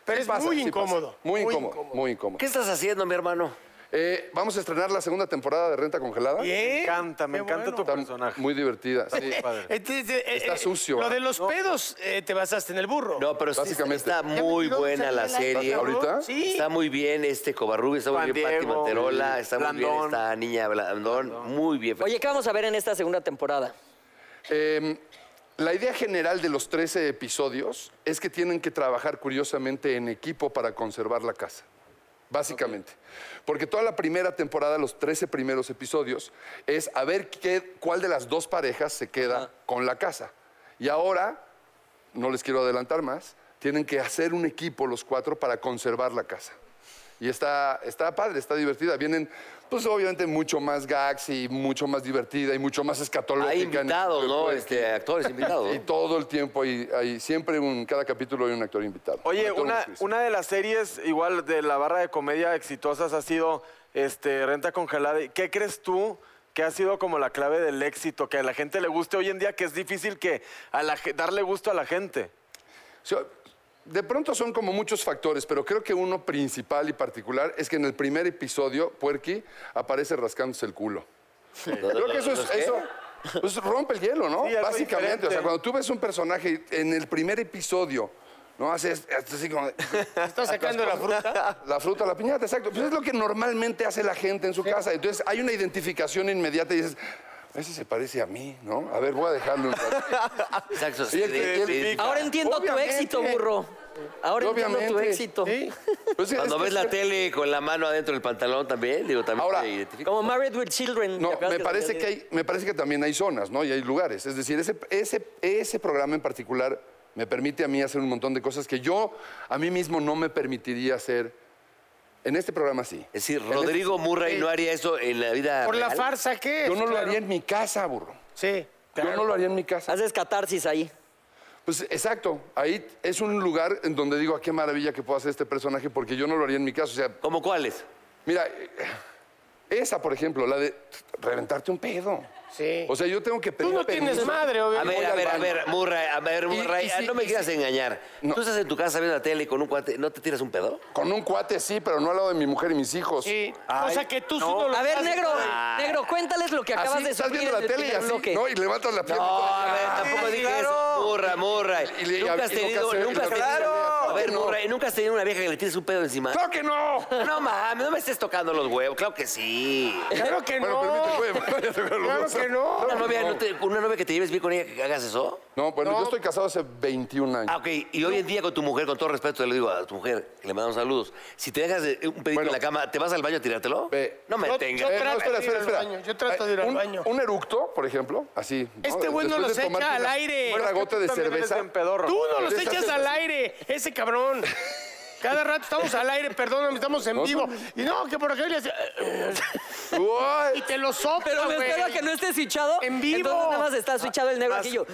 Speaker 2: Pero
Speaker 5: Sí
Speaker 2: es
Speaker 5: pasa,
Speaker 2: muy
Speaker 5: sí pasa.
Speaker 2: incómodo.
Speaker 5: Muy incómodo, muy incómodo.
Speaker 1: ¿Qué estás haciendo, mi hermano?
Speaker 5: Eh, vamos a estrenar la segunda temporada de Renta Congelada.
Speaker 4: Me encanta, me
Speaker 2: Qué
Speaker 4: encanta
Speaker 2: bueno.
Speaker 4: tu
Speaker 5: Está
Speaker 4: personaje.
Speaker 5: muy divertida. sí.
Speaker 4: padre.
Speaker 2: Entonces, eh,
Speaker 5: Está
Speaker 2: eh,
Speaker 5: sucio,
Speaker 2: Lo
Speaker 5: ¿ah?
Speaker 2: de los pedos eh, te basaste en el burro.
Speaker 1: No, pero sí
Speaker 5: Básicamente.
Speaker 1: está
Speaker 2: Ya me
Speaker 1: muy
Speaker 2: tiró
Speaker 1: buena la
Speaker 2: Isabela,
Speaker 1: serie.
Speaker 5: ¿Ahorita?
Speaker 2: Sí.
Speaker 1: Está muy bien este Covarrubi, está muy
Speaker 4: Juan
Speaker 1: bien Patti
Speaker 4: Diego,
Speaker 1: Manterola, está muy bien
Speaker 4: Blandón.
Speaker 1: esta niña Blandón, muy bien.
Speaker 3: Oye, ¿qué vamos a ver en esta segunda temporada?
Speaker 5: Eh, la idea general de los 13 episodios es que tienen que trabajar curiosamente en equipo para conservar la casa. Básicamente. Porque toda la primera temporada, los 13 primeros episodios, es a ver qué- cuál de las dos parejas se queda con la casa. Y ahora, no les quiero adelantar más, tienen que hacer un equipo los cuatro para conservar la casa. Y está, está padre, está divertida. Vienen, pues obviamente, mucho más gags y mucho más divertida y mucho más escatológica.
Speaker 1: Hay
Speaker 5: en el
Speaker 1: invitados,
Speaker 5: tipo de
Speaker 1: ¿no?
Speaker 5: juego.
Speaker 1: Este, actores invitados. ¿no?
Speaker 5: Y todo el tiempo hay, hay siempre un, cada capítulo hay un actor invitado. Un
Speaker 4: Oye,
Speaker 5: actor
Speaker 4: una,
Speaker 5: actriz.
Speaker 4: una de las series, igual de la barra de comedia exitosas, ha sido este, Renta Congelada. ¿Y ¿Qué crees tú que ha sido como la clave del éxito? Que a la gente le guste hoy en día, que es difícil que a la ge- darle gusto a la gente.
Speaker 5: O sea, de pronto son como muchos factores, pero creo que uno principal y particular es que en el primer episodio, Puerky aparece rascándose el culo. Creo que eso es. Eso, pues, rompe el hielo, ¿no?
Speaker 4: Sí, algo
Speaker 5: Básicamente. O sea,
Speaker 4: diferente.
Speaker 5: cuando tú ves un personaje en el primer episodio, ¿no? Haces haces así como.
Speaker 2: Estás sacando la fruta.
Speaker 5: La fruta, la piñata, exacto. Pues es lo que normalmente hace la gente en su casa. Entonces hay una identificación inmediata y dices, ese se parece a mí, ¿no? A ver, voy a dejarlo un rato.
Speaker 1: Exacto.
Speaker 5: Y el que-
Speaker 1: sí,
Speaker 5: y el-
Speaker 1: sí, sí.
Speaker 3: Ahora entiendo
Speaker 5: Obviamente.
Speaker 3: tu éxito, burro. Ahora entiendo tu
Speaker 5: Obviamente.
Speaker 3: éxito.
Speaker 5: Pues sí,
Speaker 1: Cuando
Speaker 5: es que
Speaker 1: ves
Speaker 5: es
Speaker 1: la
Speaker 5: cierto.
Speaker 1: tele con la mano adentro del pantalón también, digo, también
Speaker 5: Ahora,
Speaker 1: te identificas.
Speaker 3: Como Married with Children. ¿te
Speaker 5: No,
Speaker 3: acuerdas
Speaker 5: me parece
Speaker 3: salía
Speaker 5: que
Speaker 3: así?
Speaker 5: hay, me parece que también hay zonas, ¿no? Y hay lugares. Es decir, ese, ese, ese programa en particular me permite a mí hacer un montón de cosas que yo a mí mismo no me permitiría hacer. En este programa sí.
Speaker 1: Es decir, Rodrigo Murray no haría eso en la vida
Speaker 2: Por la
Speaker 1: real.
Speaker 2: farsa que es.
Speaker 5: Yo no lo
Speaker 2: claro.
Speaker 5: haría en mi casa, burro.
Speaker 2: Sí.
Speaker 5: Yo no lo haría en mi casa.
Speaker 3: Haces catarsis ahí.
Speaker 5: Pues exacto, ahí es un lugar en donde digo, a qué maravilla que puedo hacer este personaje, porque yo no lo haría en mi caso. O sea,
Speaker 1: ¿Cómo cuáles?
Speaker 5: mira, eh, esa, por ejemplo, la de reventarte un pedo.
Speaker 2: Sí.
Speaker 5: O sea, yo tengo que pedir
Speaker 2: Tú no tienes
Speaker 5: permiso.
Speaker 2: madre,
Speaker 1: A
Speaker 2: obviamente.
Speaker 1: ver, a
Speaker 5: al
Speaker 1: ver, a
Speaker 5: baño.
Speaker 1: ver, Murray, a ver, Murray,
Speaker 5: y
Speaker 1: ah,
Speaker 5: sí,
Speaker 1: no me
Speaker 5: y
Speaker 1: quieras engañar.
Speaker 5: No.
Speaker 1: Tú estás en tu casa viendo la tele con un cuate, ¿no te tiras un pedo?
Speaker 5: Con un cuate sí, pero no al lado de mi mujer y mis hijos.
Speaker 2: Sí.
Speaker 4: Ay,
Speaker 2: o sea que tú
Speaker 4: no.
Speaker 2: solo lo
Speaker 3: A ver,
Speaker 2: haces.
Speaker 3: negro, negro, cuéntales lo que acabas
Speaker 5: Así
Speaker 3: de
Speaker 5: Ah, estás
Speaker 3: subir
Speaker 5: viendo la tele y así, ¿no? Y levantas la pierna. y
Speaker 1: No,
Speaker 5: todo.
Speaker 1: Oh, a ver, tampoco dije eso. Murray, Murray.
Speaker 5: Y le-
Speaker 1: nunca has
Speaker 5: y lo que
Speaker 1: tenido,
Speaker 5: hace- y
Speaker 1: nunca
Speaker 5: lo
Speaker 1: has
Speaker 5: que
Speaker 1: tenido.
Speaker 5: hace-
Speaker 1: A ver,
Speaker 5: no.
Speaker 1: Murray, nunca has tenido una vieja que le tires un pedo encima.
Speaker 5: ¡Claro que no!
Speaker 1: No mames, no me estés tocando los huevos, claro que sí.
Speaker 2: Claro que
Speaker 5: Bueno,
Speaker 2: no.
Speaker 5: permíteme, voy a tocar los
Speaker 2: Claro
Speaker 5: dos.
Speaker 2: que no.
Speaker 1: Una novia, no te- una novia que te lleves bien con ella que hagas eso.
Speaker 5: No, bueno, yo estoy casado hace 21 años.
Speaker 1: Ah, ok. Y hoy en día con tu mujer, con todo respeto, le digo a tu mujer, que le mandamos saludos. Si te dejas de- un pedito
Speaker 5: Bueno.
Speaker 1: en la cama, ¿te vas al baño a tirártelo?
Speaker 5: Ve.
Speaker 1: no me
Speaker 2: Yo-
Speaker 1: tengas.
Speaker 5: Eh,
Speaker 2: yo- trato de ir al baño, yo trato de ir al
Speaker 5: un,
Speaker 2: baño.
Speaker 5: Un eructo, por ejemplo, así. ¿no?
Speaker 2: Este güey no
Speaker 5: Después
Speaker 2: los
Speaker 5: de tomarte
Speaker 2: echa al
Speaker 5: una-
Speaker 2: aire.
Speaker 5: Una gota de
Speaker 4: También eres
Speaker 5: cerveza.
Speaker 4: bien pedorro.
Speaker 2: Tú no los
Speaker 5: Deshaces-
Speaker 2: echas al aire, ese cabrón. Cada rato estamos al aire, perdóname, estamos en
Speaker 5: No,
Speaker 2: vivo.
Speaker 5: no.
Speaker 2: Y no, que por acá le hace-
Speaker 5: Uy.
Speaker 2: y te lo sopla,
Speaker 3: Pero me
Speaker 2: güey.
Speaker 3: espero a que no estés fichado.
Speaker 2: En vivo.
Speaker 3: Entonces nada más está fichado el negro aquí yo.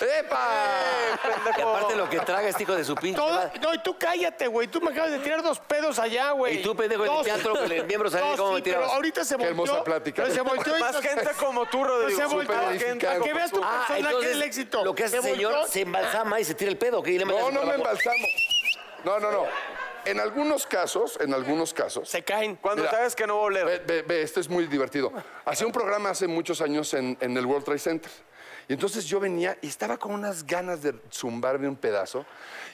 Speaker 5: ¡Epa!
Speaker 1: Y aparte lo que traga este hijo de su pinche.
Speaker 2: Todo-
Speaker 1: madre.
Speaker 2: no, y tú cállate, güey. Tú me acabas de tirar dos pedos allá, güey.
Speaker 1: Y tú, pendejo, en el
Speaker 2: Dos.
Speaker 1: teatro con el miembro saliendo,
Speaker 2: Dos,
Speaker 1: ¿cómo
Speaker 2: sí,
Speaker 1: me
Speaker 2: pero
Speaker 1: tirabas?
Speaker 2: ahorita se
Speaker 5: Qué
Speaker 2: volteó.
Speaker 5: hermosa plática.
Speaker 2: pero se volteó y-
Speaker 4: Más gente como tú,
Speaker 5: Pues
Speaker 4: Rodrigo.
Speaker 2: se
Speaker 4: súper
Speaker 2: volteó.
Speaker 4: gente
Speaker 5: Para
Speaker 2: que
Speaker 4: como
Speaker 2: veas
Speaker 4: tú.
Speaker 2: tu personaje del éxito.
Speaker 1: Ah, Lo que hace
Speaker 2: Se
Speaker 1: el señor
Speaker 2: volteó.
Speaker 1: se embalsama y se tira el pedo. ¿ok? Y le mandas
Speaker 5: No,
Speaker 1: un
Speaker 5: no me
Speaker 1: trabajo.
Speaker 5: embalsamo. No, no, no. En algunos casos, en algunos casos,
Speaker 2: Se caen.
Speaker 4: Cuando
Speaker 5: Mira. pues,
Speaker 4: sabes que no va a oler.
Speaker 5: Ve, ve, ve, esto es muy divertido. Hacía un programa hace muchos años en, en el World Trade Center. Y entonces yo venía y estaba con unas ganas de zumbarme un pedazo.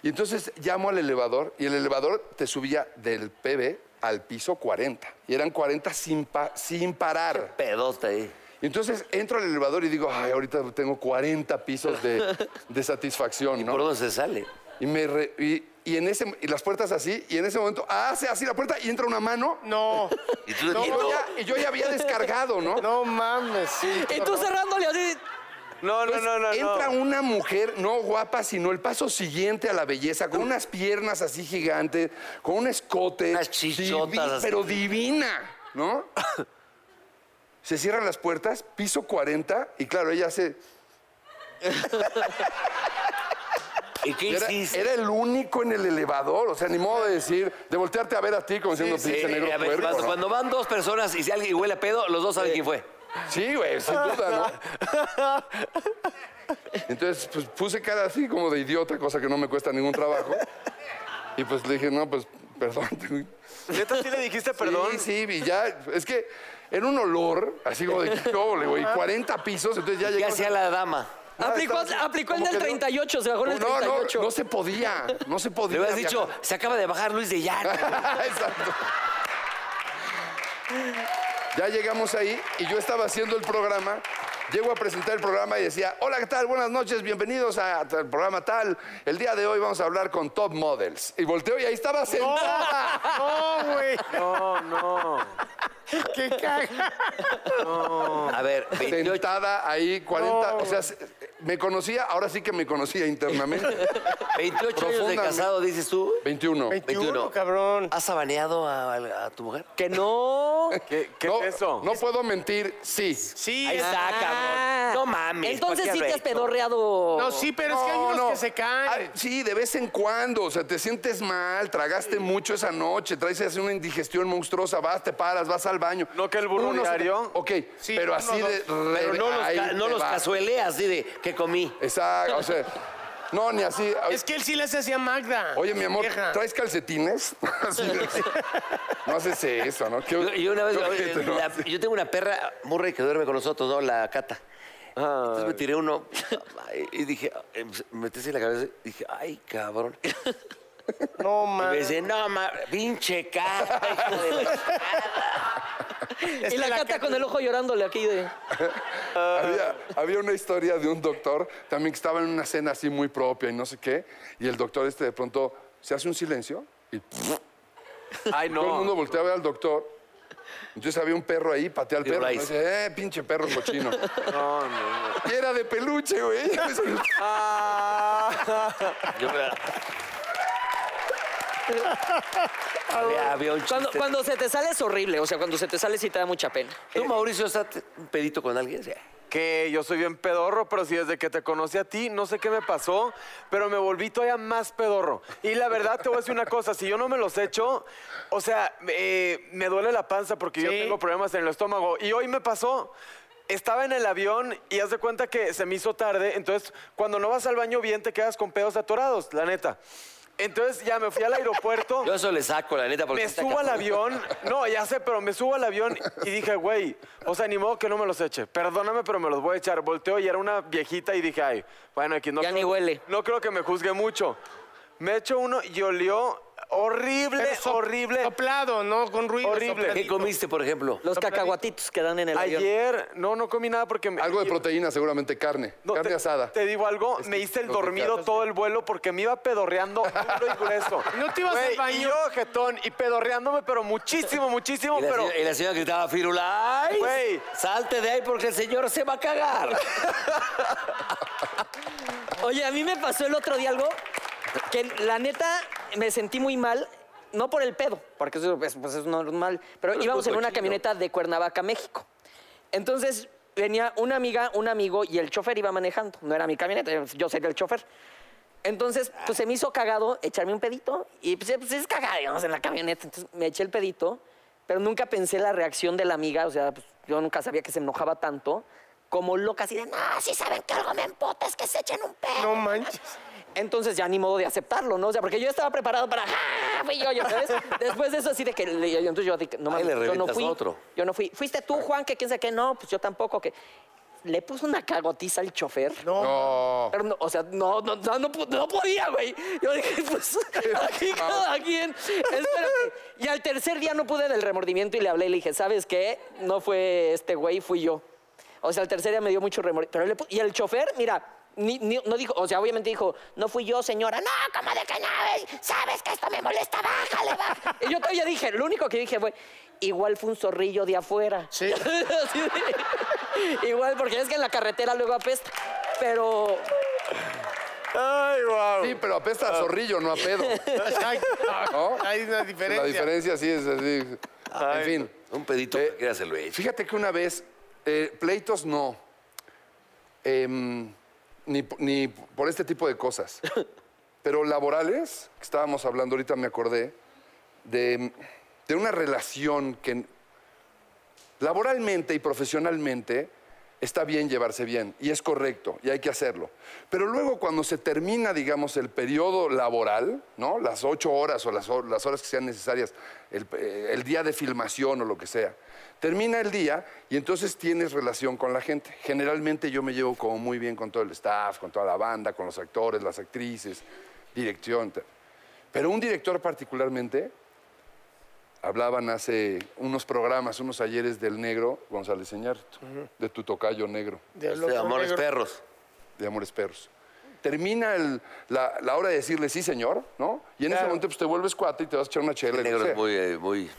Speaker 5: Y entonces llamo al elevador y el elevador te subía del PB al piso 40. Y eran 40 sin, pa- sin parar.
Speaker 1: Pedote ahí.
Speaker 5: Y entonces entro al elevador y digo, ay, ahorita tengo 40 pisos de, de satisfacción. ¿no?
Speaker 1: ¿Por dónde se sale?
Speaker 5: Y, me re- y- y en ese, y las puertas así, y en ese momento ah, hace así la puerta y entra una mano.
Speaker 2: No.
Speaker 1: Y tú,
Speaker 5: Y yo ya, y yo ya había descargado, ¿no?
Speaker 2: No mames.
Speaker 3: Y tú cerrándole así.
Speaker 4: No, no,
Speaker 5: Entonces,
Speaker 4: no, no,
Speaker 5: pues, Entra
Speaker 4: no.
Speaker 5: una mujer, no guapa, sino el paso siguiente a la belleza, con unas piernas así gigantes, con un escote.
Speaker 1: Unas chichotas
Speaker 5: divi-
Speaker 1: así.
Speaker 5: Pero divina, ¿no? Se cierran las puertas, piso 40, y claro, ella hace.
Speaker 1: ¿Y qué
Speaker 5: Era,
Speaker 1: hiciste?
Speaker 5: era el único en el elevador, o sea, ni modo de decir, de voltearte a ver a ti como diciendo
Speaker 1: Sí,
Speaker 5: pinche
Speaker 1: eh,
Speaker 5: negro
Speaker 1: a ver,
Speaker 5: puerco",
Speaker 1: cuando,
Speaker 5: ¿no?
Speaker 1: cuando van dos personas y si alguien huele a pedo, los dos saben quién fue.
Speaker 5: Sí, güey, sin duda, ¿no? Entonces, pues puse cara así como de idiota, cosa que no me cuesta ningún trabajo. Y pues le dije, no, pues, perdón. güey".
Speaker 4: ¿Neta sí le dijiste perdón?
Speaker 5: Sí, sí, y ya, es que era un olor, así como de, ¿qué ole, güey? 40 pisos, entonces ya
Speaker 1: ¿Qué
Speaker 5: llegó.
Speaker 1: hacía la dama?
Speaker 3: Aplicó, aplicó el
Speaker 5: como
Speaker 3: del
Speaker 5: que no.
Speaker 3: 38, se bajó en el
Speaker 5: no, no,
Speaker 3: 38.
Speaker 5: no se podía, no se podía.
Speaker 1: Le hubieras
Speaker 5: había-
Speaker 1: dicho, se acaba de bajar Luis de Llano.
Speaker 5: Exacto. Ya llegamos ahí y yo estaba haciendo el programa. Llego a presentar el programa y decía, hola, ¿qué tal? Buenas noches, bienvenidos a- al programa tal. El día de hoy vamos a hablar con Top Models. Y volteo y ahí estaba sentada.
Speaker 2: No, güey.
Speaker 4: No, no.
Speaker 2: Qué caga.
Speaker 1: A ver, 28.
Speaker 5: Sentada ahí, 40... O sea, se- me conocía, ahora sí que me conocía internamente.
Speaker 1: 28 años de
Speaker 5: Profundamente.
Speaker 1: casado, dices tú.
Speaker 5: 21.
Speaker 2: 21, cabrón.
Speaker 1: ¿Has abaneado a, a- a tu mujer?
Speaker 3: Que no.
Speaker 4: ¿Qué, qué
Speaker 5: No,
Speaker 4: es eso?
Speaker 5: no puedo mentir, sí.
Speaker 2: Sí.
Speaker 1: Ahí está, cabrón. No mames.
Speaker 3: Ah. Entonces
Speaker 1: ¿por qué
Speaker 3: sí te has
Speaker 1: habré hecho?
Speaker 3: pedorreado.
Speaker 2: No, sí, pero es que hay
Speaker 5: No,
Speaker 2: unos
Speaker 5: no.
Speaker 2: que se caen.
Speaker 5: Ay, sí, de vez en cuando. O sea, te sientes mal, tragaste mucho esa noche, traes así una indigestión monstruosa, vas, te paras, vas al baño.
Speaker 4: ¿No que el burro
Speaker 5: Uno se te-
Speaker 4: diario?
Speaker 5: Ok,
Speaker 2: Sí,
Speaker 5: pero
Speaker 2: uno,
Speaker 5: así
Speaker 2: dos.
Speaker 5: de...
Speaker 1: Pero no los,
Speaker 5: ahí
Speaker 1: ca- no
Speaker 5: te
Speaker 1: los
Speaker 5: va.
Speaker 1: cazueleas, así de que comí.
Speaker 5: Exacto, o sea... No, ni así.
Speaker 2: Es que él sí las hacía Magda.
Speaker 5: Oye, mi amor,
Speaker 2: Vieja.
Speaker 5: ¿traes calcetines? Así de- no haces eso, ¿no? Qué-
Speaker 1: Yo, yo una vez,
Speaker 5: qué ojete, ¿no?
Speaker 1: la- yo tengo una perra, Murray, que duerme con nosotros, ¿no? La cata. Entonces me tiré uno y dije, eh, me metí así en la cabeza y dije, ay, cabrón.
Speaker 2: No,
Speaker 1: Y me
Speaker 2: mames.
Speaker 1: dice, no, ma, pinche cata, hijo de la
Speaker 2: Es
Speaker 3: y
Speaker 2: que
Speaker 3: la cata con el ojo llorándole aquí de.
Speaker 5: Había, había una historia de un doctor también que estaba en una cena así muy propia y no sé qué, y el doctor este de pronto se hace un silencio y
Speaker 4: Ay,
Speaker 5: Todo el mundo
Speaker 4: no.
Speaker 5: volteaba a ver al doctor. Entonces había un perro ahí, patea al
Speaker 1: Y
Speaker 5: perro. Y
Speaker 1: Bryce.
Speaker 5: dice, eh, pinche perro cochino.
Speaker 4: No, no, no.
Speaker 5: Y era de peluche, güey.
Speaker 4: Ah.
Speaker 1: Yo había, había un chiste.
Speaker 3: Cuando, cuando se te sale es horrible, o sea, cuando se te sale sí te da mucha pena.
Speaker 1: ¿Tú, Mauricio, estás un pedito con alguien? Sí.
Speaker 4: Que yo soy bien pedorro, pero si desde que te conocí a ti, no sé qué me pasó, pero me volví todavía más pedorro. Y la verdad, te voy a decir una cosa, si yo no me los echo, o sea, eh, me duele la panza porque yo
Speaker 2: Sí.
Speaker 4: tengo problemas en el estómago. Y hoy me pasó, estaba en el avión y haz de cuenta que se me hizo tarde, entonces cuando no vas al baño bien te quedas con pedos atorados, la neta. Entonces ya me fui al aeropuerto.
Speaker 1: Yo eso le saco, la neta, porque
Speaker 4: Me
Speaker 1: está
Speaker 4: subo al
Speaker 1: cabrón.
Speaker 4: avión, no, ya sé, pero me subo al avión y dije, güey, o sea, ni modo que no me los eche. Perdóname, pero me los voy a echar. Volteo y era una viejita y dije, ay, bueno, aquí no.
Speaker 3: Ya
Speaker 4: creo-
Speaker 3: ni huele.
Speaker 4: No creo que me juzgue mucho. Me echo uno y olió horrible,
Speaker 2: Pero so-
Speaker 4: horrible.
Speaker 2: Soplado, ¿no? Con ruido.
Speaker 4: Horrible.
Speaker 1: ¿Qué
Speaker 2: sopladito.
Speaker 1: comiste, por ejemplo?
Speaker 3: Los cacahuatitos que dan en el avión.
Speaker 4: Ayer, no, no comí nada porque me.
Speaker 5: Algo de proteína, seguramente carne.
Speaker 4: No,
Speaker 5: carne
Speaker 4: te,
Speaker 5: asada.
Speaker 4: Te digo algo,
Speaker 5: Es que
Speaker 4: me hice el
Speaker 5: los de
Speaker 4: dormido
Speaker 5: carne-
Speaker 4: todo el vuelo porque me iba pedorreando duro y grueso.
Speaker 2: ¿No te ibas
Speaker 4: Güey,
Speaker 2: al baño?
Speaker 4: Y yo, jetón, y pedorreándome, pero muchísimo, muchísimo,
Speaker 1: Y la,
Speaker 4: pero.
Speaker 1: señora, y la señora gritaba, Firula, ¡ay!
Speaker 4: Güey.
Speaker 1: Salte de ahí porque el señor se va a cagar.
Speaker 3: Oye, a mí me pasó el otro día algo que la neta me sentí muy mal, no por el pedo, porque eso pues, pues, es normal, pero
Speaker 1: Pero es
Speaker 3: íbamos
Speaker 1: muy
Speaker 3: en una
Speaker 1: cochino.
Speaker 3: camioneta de Cuernavaca, México. Entonces venía una amiga, un amigo y el chofer iba manejando. No era mi camioneta, yo sería el chofer. Entonces, pues se me hizo cagado echarme un pedito y pues, pues, es cagado, digamos, en la camioneta. Entonces me eché el pedito, pero nunca pensé la reacción de la amiga, o sea, pues, yo nunca sabía que se enojaba tanto, como loca así de, no, si saben que algo me empota es que se echen un pedo.
Speaker 2: No manches.
Speaker 3: Entonces ya ni modo de aceptarlo, ¿no? O sea, porque yo estaba preparado para, "Ah, fui yo, yo, ¿sabes? Después de eso así de que, le- yo- entonces yo dije, no
Speaker 1: Ahí
Speaker 3: mames,
Speaker 1: le
Speaker 3: yo no
Speaker 1: revientas
Speaker 3: fui.
Speaker 1: otro.
Speaker 3: Yo no fui. Fuiste tú, Juan, que quién sabe qué, no, pues yo tampoco, que... Le puso una cagotiza al chofer.
Speaker 5: No.
Speaker 3: Pero no, o sea, no, no, no, no, pu- no podía, güey. Yo dije, pues, aquí cada quien. Espérate. Y al tercer día no pude del remordimiento y le hablé y le dije, ¿sabes qué? No fue este güey, fui yo. O sea, al tercer día me dio mucho remordimiento. Pero le pu- y el chofer, mira, ni- ni- no dijo, o sea, obviamente dijo, no fui yo, señora. No, ¿cómo de que no? güey? Sabes que esto me molesta, bájale, bájale. Y yo todavía dije, lo único que dije fue, igual fue un zorrillo de afuera.
Speaker 2: Sí.
Speaker 3: Así de- Igual, porque es que en la carretera luego apesta. Pero.
Speaker 4: Ay, wow.
Speaker 5: Sí, pero apesta a zorrillo, no a pedo.
Speaker 2: Ay,
Speaker 5: ¿No?
Speaker 2: Hay una
Speaker 5: La diferencia sí es así. En fin.
Speaker 1: Un pedito
Speaker 5: Eh,
Speaker 1: que quieras el güey.
Speaker 5: Fíjate que una vez, eh, pleitos no. Em, ni, p- ni por este tipo de cosas. Pero laborales, que estábamos hablando ahorita, me acordé, de, de una relación que laboralmente y profesionalmente está bien llevarse bien y es correcto y hay que hacerlo. Pero luego cuando se termina, digamos, el periodo laboral, ¿no? Las ocho horas o las, ho- las horas que sean necesarias, el, eh, el día de filmación o lo que sea, termina el día y entonces tienes relación con la gente. Generalmente yo me llevo como muy bien con todo el staff, con toda la banda, con los actores, las actrices, dirección. tal. Pero un director particularmente, hablaban hace unos programas, unos ayeres del negro González Iñárritu, de tu tocayo negro,
Speaker 1: Este, amores perros.
Speaker 5: de Amores Perros. Termina el- la, la hora de decirle sí, señor, ¿no? Y en ese
Speaker 2: Claro.
Speaker 5: momento pues, te vuelves cuate y te vas a echar una chela.
Speaker 1: El
Speaker 5: y lo
Speaker 1: negro
Speaker 5: que
Speaker 1: es
Speaker 5: sea.
Speaker 1: muy, eh, muy...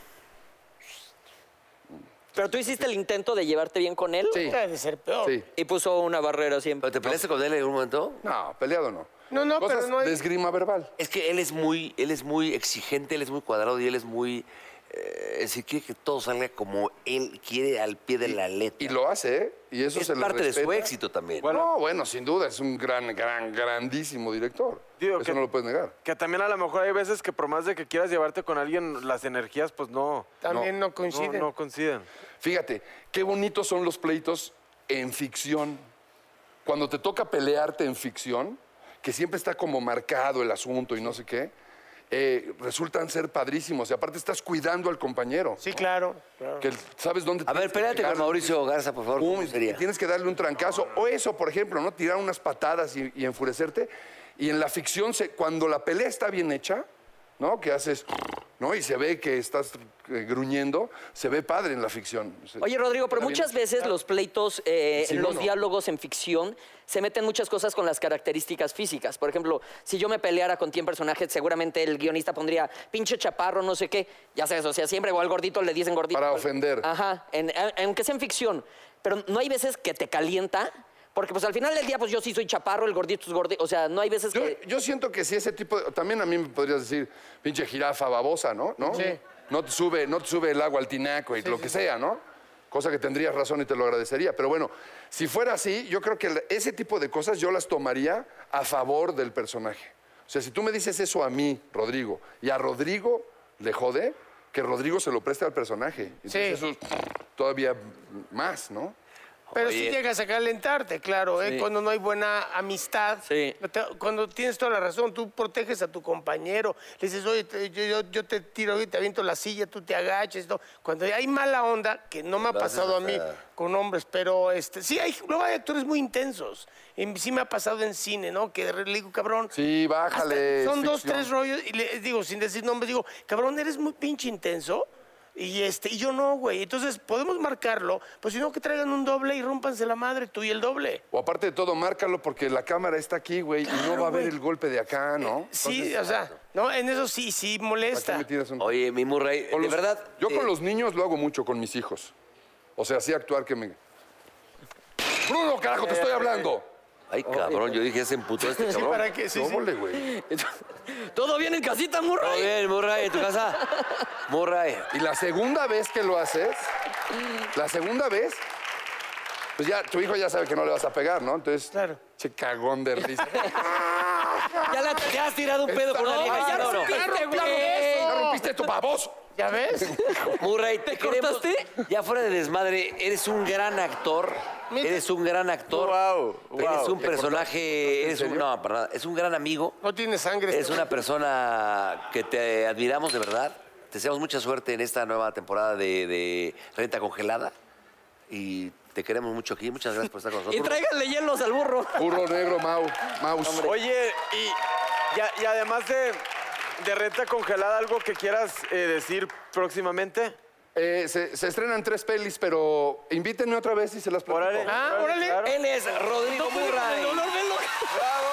Speaker 3: Pero tú hiciste el intento de llevarte bien con él.
Speaker 5: Sí,
Speaker 2: Debe de ser peor.
Speaker 5: sí.
Speaker 3: Y puso una barrera
Speaker 1: ¿Pero
Speaker 3: siempre.
Speaker 1: ¿Te peleaste con él en algún momento?
Speaker 5: No, peleado no.
Speaker 2: No, no,
Speaker 5: Cosas
Speaker 2: pero no hay-
Speaker 5: de esgrima verbal.
Speaker 1: Es que él es muy, él es muy exigente, él es muy cuadrado y él es muy. eh, es decir, quiere que todo salga como él quiere al pie de la letra.
Speaker 5: Y lo hace, ¿eh? Y eso
Speaker 1: es
Speaker 5: se le
Speaker 1: parte de su
Speaker 5: respeta.
Speaker 1: éxito también.
Speaker 5: no, bueno, sin duda, es un gran, gran, grandísimo director.
Speaker 4: Digo
Speaker 5: eso
Speaker 4: que-
Speaker 5: no lo puedes negar.
Speaker 4: Que también a lo mejor hay veces que por más de que quieras llevarte con alguien, las energías pues no,
Speaker 2: También no,
Speaker 4: no-
Speaker 2: coinciden.
Speaker 4: no coinciden.
Speaker 5: Fíjate, qué bonitos son los pleitos en ficción. Cuando te toca pelearte en ficción, que siempre está como marcado el asunto y no sé qué, eh, resultan ser padrísimos. Y aparte estás cuidando al compañero.
Speaker 2: Sí, claro. claro.
Speaker 5: Que sabes dónde
Speaker 1: A ver, espérate con
Speaker 5: pegarle.
Speaker 1: Mauricio Garza, por favor.
Speaker 5: Pum,
Speaker 1: ¿cómo sería?
Speaker 5: Tienes que darle un trancazo. O eso, por ejemplo, ¿no? Tirar unas patadas y, y enfurecerte. Y en la ficción, se- cuando la pelea está bien hecha, ¿no? Que haces, ¿no? Y se ve que estás eh, gruñendo, se ve padre en la ficción. Se-
Speaker 3: Oye, Rodrigo, pero
Speaker 5: queda bien
Speaker 3: muchas
Speaker 5: hecho.
Speaker 3: veces los pleitos, eh,
Speaker 5: Sí,
Speaker 3: en los
Speaker 5: bueno.
Speaker 3: diálogos en ficción, se meten muchas cosas con las características físicas. Por ejemplo, si yo me peleara con 100 personajes, seguramente el guionista pondría pinche chaparro, no sé qué. Ya sabes, o sea, siempre o al gordito le dicen gordito.
Speaker 5: Para
Speaker 3: Al-
Speaker 5: ofender.
Speaker 3: Ajá, en- a- aunque sea en ficción. Pero no hay veces que te calienta, porque pues al final del día, pues yo sí soy chaparro, el gordito es gordito. O sea, no hay veces
Speaker 5: Yo,
Speaker 2: Eh,
Speaker 3: que...
Speaker 5: yo siento que si ese tipo de- También a mí me podrías decir, pinche jirafa babosa, ¿no? ¿No?
Speaker 2: Sí.
Speaker 5: No te sube, no te sube el agua al tinaco y lo que sea, ¿no? Cosa que tendrías razón y te lo agradecería. Pero bueno, si fuera así, yo creo que la- ese tipo de cosas yo las tomaría a favor del personaje. O sea, si tú me dices eso a mí, Rodrigo, y a Rodrigo le jode, que Rodrigo se lo preste al personaje. Entonces
Speaker 2: Sí.
Speaker 5: eso es todavía más, ¿no?
Speaker 2: Pero sí
Speaker 1: Oye.
Speaker 2: llegas a calentarte, claro, ¿eh? cuando no hay buena amistad.
Speaker 3: Sí.
Speaker 2: No te- Cuando tienes toda la razón, tú proteges a tu compañero. Le dices, oye, te- yo, yo- yo te tiro y te aviento la silla, tú te agachas. no. Cuando hay mala onda, que no me ha
Speaker 1: Lo haces
Speaker 2: pasado a mí
Speaker 1: hasta-
Speaker 2: con hombres, pero este, sí, hay, luego hay actores muy intensos. Y sí me ha pasado en cine, ¿no? Que le digo, cabrón.
Speaker 5: Sí,
Speaker 2: hasta-
Speaker 5: bájale.
Speaker 2: son dos,
Speaker 5: ficción.
Speaker 2: tres rollos, y le digo, sin decir nombres, digo, cabrón, eres muy pinche intenso. Y este, y yo no, güey. Entonces, podemos marcarlo, pues si no, que traigan un doble y rompanse la madre, tú y el doble.
Speaker 5: O aparte de todo, márcalo porque la cámara está aquí, güey, y no va a ver el golpe de acá, ¿no?
Speaker 2: Eh, sí, o sea, no, en eso sí, sí molesta.
Speaker 5: Aquí me tiras un-
Speaker 1: Oye, mi Murray,
Speaker 5: Con
Speaker 1: de
Speaker 5: los-
Speaker 1: verdad.
Speaker 5: Yo
Speaker 1: eh,
Speaker 5: con los niños lo hago mucho, con mis hijos. O sea, así actuar que me... Bruno, carajo, te estoy hablando.
Speaker 1: Ay,
Speaker 5: Oh, eh.
Speaker 1: cabrón, yo dije, ya se emputó este
Speaker 2: Sí,
Speaker 1: cabrón.
Speaker 2: para que sí, sí.
Speaker 5: Tómole, güey.
Speaker 3: ¿Todo bien en casita,
Speaker 1: Todo
Speaker 3: Murray?
Speaker 1: bien, Murray, en tu casa. Murray.
Speaker 5: Y la segunda vez que lo haces, la segunda vez, pues ya tu hijo ya sabe que no le vas a pegar, ¿no? Entonces,
Speaker 2: Claro.
Speaker 5: che cagón de risa.
Speaker 3: Ya, la- ya has tirado un pedo con una vieja.
Speaker 5: Ah,
Speaker 3: ya
Speaker 5: ya
Speaker 3: no, no.
Speaker 5: rompiste, ¿Ya rompiste tu baboso?
Speaker 2: ¿Ya ves?
Speaker 1: Murray, te queremos.
Speaker 3: cortaste?
Speaker 1: Ya fuera de desmadre, eres un gran actor.
Speaker 2: Mira.
Speaker 1: Eres un gran actor.
Speaker 4: Guau, guau.
Speaker 1: Eres un
Speaker 5: ¿Te cortaste?
Speaker 1: personaje. Eres un,
Speaker 5: ¿En serio?
Speaker 1: no, para nada. Es un gran amigo.
Speaker 2: No tiene sangre. este
Speaker 1: Eres una persona que te admiramos de verdad. Te deseamos mucha suerte en esta nueva temporada de, de Renta Congelada. Y te queremos mucho aquí. Muchas gracias por estar con
Speaker 3: Y
Speaker 1: nosotros.
Speaker 3: tráiganle hielos al burro.
Speaker 5: Burro negro, Mau, Maus.
Speaker 4: Oye, y, y a- y además de, de renta congelada, ¿algo que quieras eh, decir próximamente?
Speaker 5: Eh, se, se estrenan tres pelis, pero invítenme otra vez y se las platico.
Speaker 4: Órale.
Speaker 2: Ah, órale.
Speaker 4: claro.
Speaker 1: Él es Rodrigo Murray.
Speaker 4: ¡Bravo!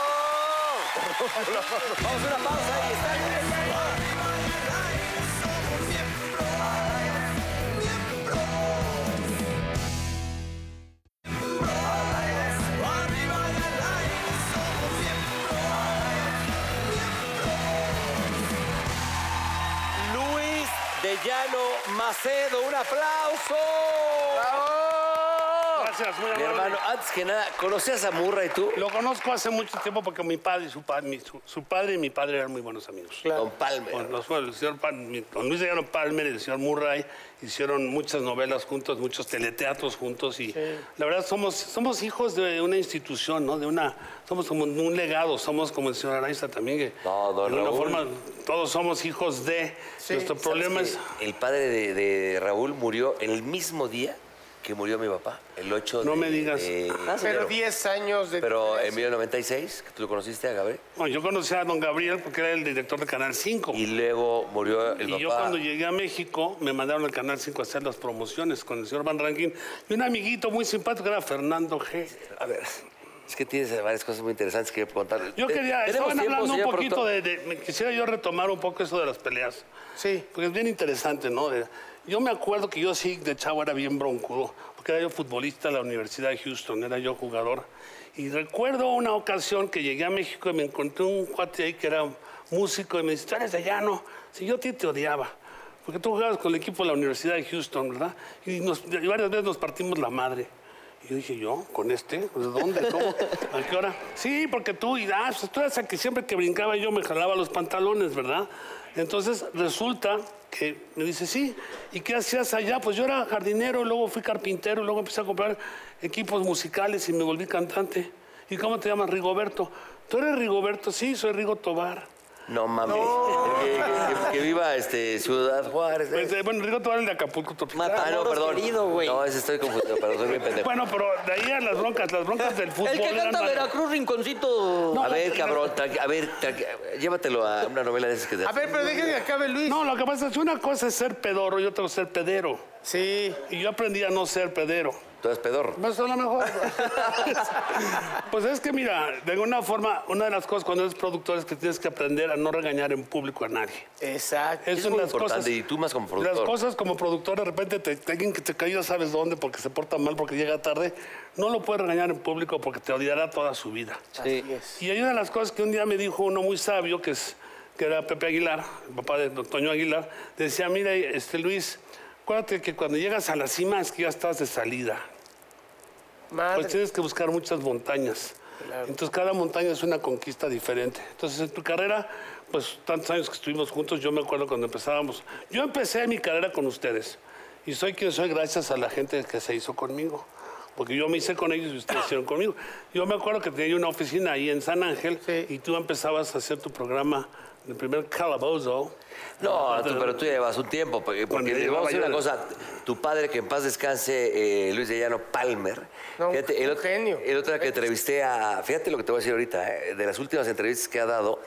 Speaker 1: Macedo. ¡Un aplauso!
Speaker 6: Gracias, muy
Speaker 1: Mi
Speaker 6: amable.
Speaker 1: hermano, antes que nada, ¿conocías a Murray tú?
Speaker 6: Lo conozco hace mucho tiempo porque mi padre y su, pa- mi- su, su padre y mi padre eran muy buenos amigos.
Speaker 1: Don Palmer.
Speaker 6: Con, los, con el señor Pal- mi- con Luis Delgado Palmer y el señor Murray hicieron muchas novelas juntos, muchos teleteatros juntos y la verdad somos, somos hijos de una institución, ¿no? De una, somos como un legado, somos como el señor Araiza también que
Speaker 1: No, don
Speaker 6: de alguna
Speaker 1: Raúl.
Speaker 6: forma todos somos hijos de. Nuestro problema
Speaker 1: ¿Sabes
Speaker 6: es...
Speaker 1: que El padre de, de Raúl murió el mismo día que murió mi papá, el 8
Speaker 6: No
Speaker 1: de
Speaker 6: me digas.
Speaker 1: de
Speaker 2: Pero
Speaker 1: enero.
Speaker 2: 10 años de...
Speaker 1: Pero en 1996, que tú lo conociste a Gabriel,
Speaker 6: Bueno, yo conocí a don Gabriel porque era el director de Canal 5.
Speaker 1: y luego murió el
Speaker 6: Y
Speaker 1: papá.
Speaker 6: yo cuando llegué a México, me mandaron al Canal 5 a hacer las promociones con el señor Van Rankin y un amiguito muy simpático que era Fernando G.
Speaker 1: A ver, es que tienes varias cosas muy interesantes que contar.
Speaker 6: Yo
Speaker 1: Te-
Speaker 6: quería,
Speaker 1: ¿tenemos
Speaker 6: estaban
Speaker 1: tiempo,
Speaker 6: hablando un
Speaker 1: señor
Speaker 6: poquito
Speaker 1: productor?
Speaker 6: de, de- me quisiera yo retomar un poco eso de las peleas.
Speaker 2: Sí.
Speaker 6: Porque es bien interesante, ¿no? De- yo me acuerdo que yo sí, de chavo, era bien broncudo, porque era yo futbolista en la Universidad de Houston, era yo jugador. Y recuerdo una ocasión que llegué a México y me encontré un cuate ahí que era músico y me dice, tú eres de llano, si yo a ti te odiaba. Porque tú jugabas con el equipo de la Universidad de Houston, ¿verdad? Y, nos- y varias veces nos partimos la madre. Y yo dije, ¿yo? ¿Con este? ¿De dónde? ¿Cómo? ¿A qué hora? Sí, porque tú, y ah, pues tú eras el que siempre que brincaba yo me jalaba los pantalones, ¿verdad? Entonces resulta que me dice, sí, ¿y qué hacías allá? Pues yo era jardinero, luego fui carpintero, luego empecé a comprar equipos musicales y me volví cantante. ¿Y cómo te llamas? Rigoberto. ¿Tú eres Rigoberto? Sí, soy Rigo Tobar.
Speaker 1: No mames. Que, que- que viva este, Ciudad Juárez.
Speaker 6: Pues, eh, bueno, Rigo Tobar es el de Acapulco Tropical.
Speaker 1: Ah, no,
Speaker 3: Matamoros
Speaker 1: perdón.
Speaker 3: querido, güey.
Speaker 1: no, ese estoy confundido, pero soy bien pendejo.
Speaker 6: Bueno, pero de ahí a las broncas, las broncas del fútbol.
Speaker 3: El que
Speaker 6: eran
Speaker 3: canta
Speaker 6: más-
Speaker 3: Veracruz, Rinconcito.
Speaker 1: a ver, cabrón, tranqui- a ver, tranqui- llévatelo a una novela de esas que te...
Speaker 2: A ver, pero dejen que acabe Luis.
Speaker 6: No, lo que pasa es que una cosa es ser pedoro y otra es ser pedero.
Speaker 2: Sí.
Speaker 6: Y yo aprendí a no ser pedero.
Speaker 1: Tú eres pedor.
Speaker 6: Pues a lo mejor. pues es que mira, de alguna forma, una de las cosas cuando eres productor es que tienes que aprender a no regañar en público a nadie.
Speaker 2: Exacto.
Speaker 6: Eso
Speaker 1: Es muy importante, y tú más como productor.
Speaker 6: Las cosas como productor, de repente te, alguien que te cae, ya sabes dónde, porque se porta mal, porque llega tarde, no lo puedes regañar en público porque te odiará toda su vida. Y hay una de las cosas que un día me dijo uno muy sabio, que, es, que era Pepe Aguilar, el papá de don Toño Aguilar, decía, mira, este Luis, acuérdate que cuando llegas a la cima es que ya estás de salida.
Speaker 2: Madre.
Speaker 6: Pues tienes que buscar muchas montañas. Entonces cada montaña es una conquista diferente. Entonces en tu carrera, pues tantos años que estuvimos juntos, yo me acuerdo cuando empezábamos. Yo empecé mi carrera con ustedes y soy quien soy gracias a la gente que se hizo conmigo. Porque yo me hice con ellos y ustedes hicieron conmigo. Yo me acuerdo que tenía yo una oficina ahí en San Ángel
Speaker 2: Sí.
Speaker 6: y tú empezabas a hacer tu programa, el primer calabozo.
Speaker 1: No, tú- pero tú ya llevas un tiempo, pues, porque, porque
Speaker 6: llevaba
Speaker 1: vamos a decir
Speaker 6: yo
Speaker 1: una
Speaker 6: de-
Speaker 1: cosa, tu padre, que en paz descanse, eh, Luis de Llano Palmer,
Speaker 2: No,
Speaker 1: fíjate, el,
Speaker 2: un
Speaker 1: ot-
Speaker 2: genio.
Speaker 1: el otro día que entrevisté a, fíjate lo que te voy a decir ahorita, eh, de las últimas entrevistas que ha dado,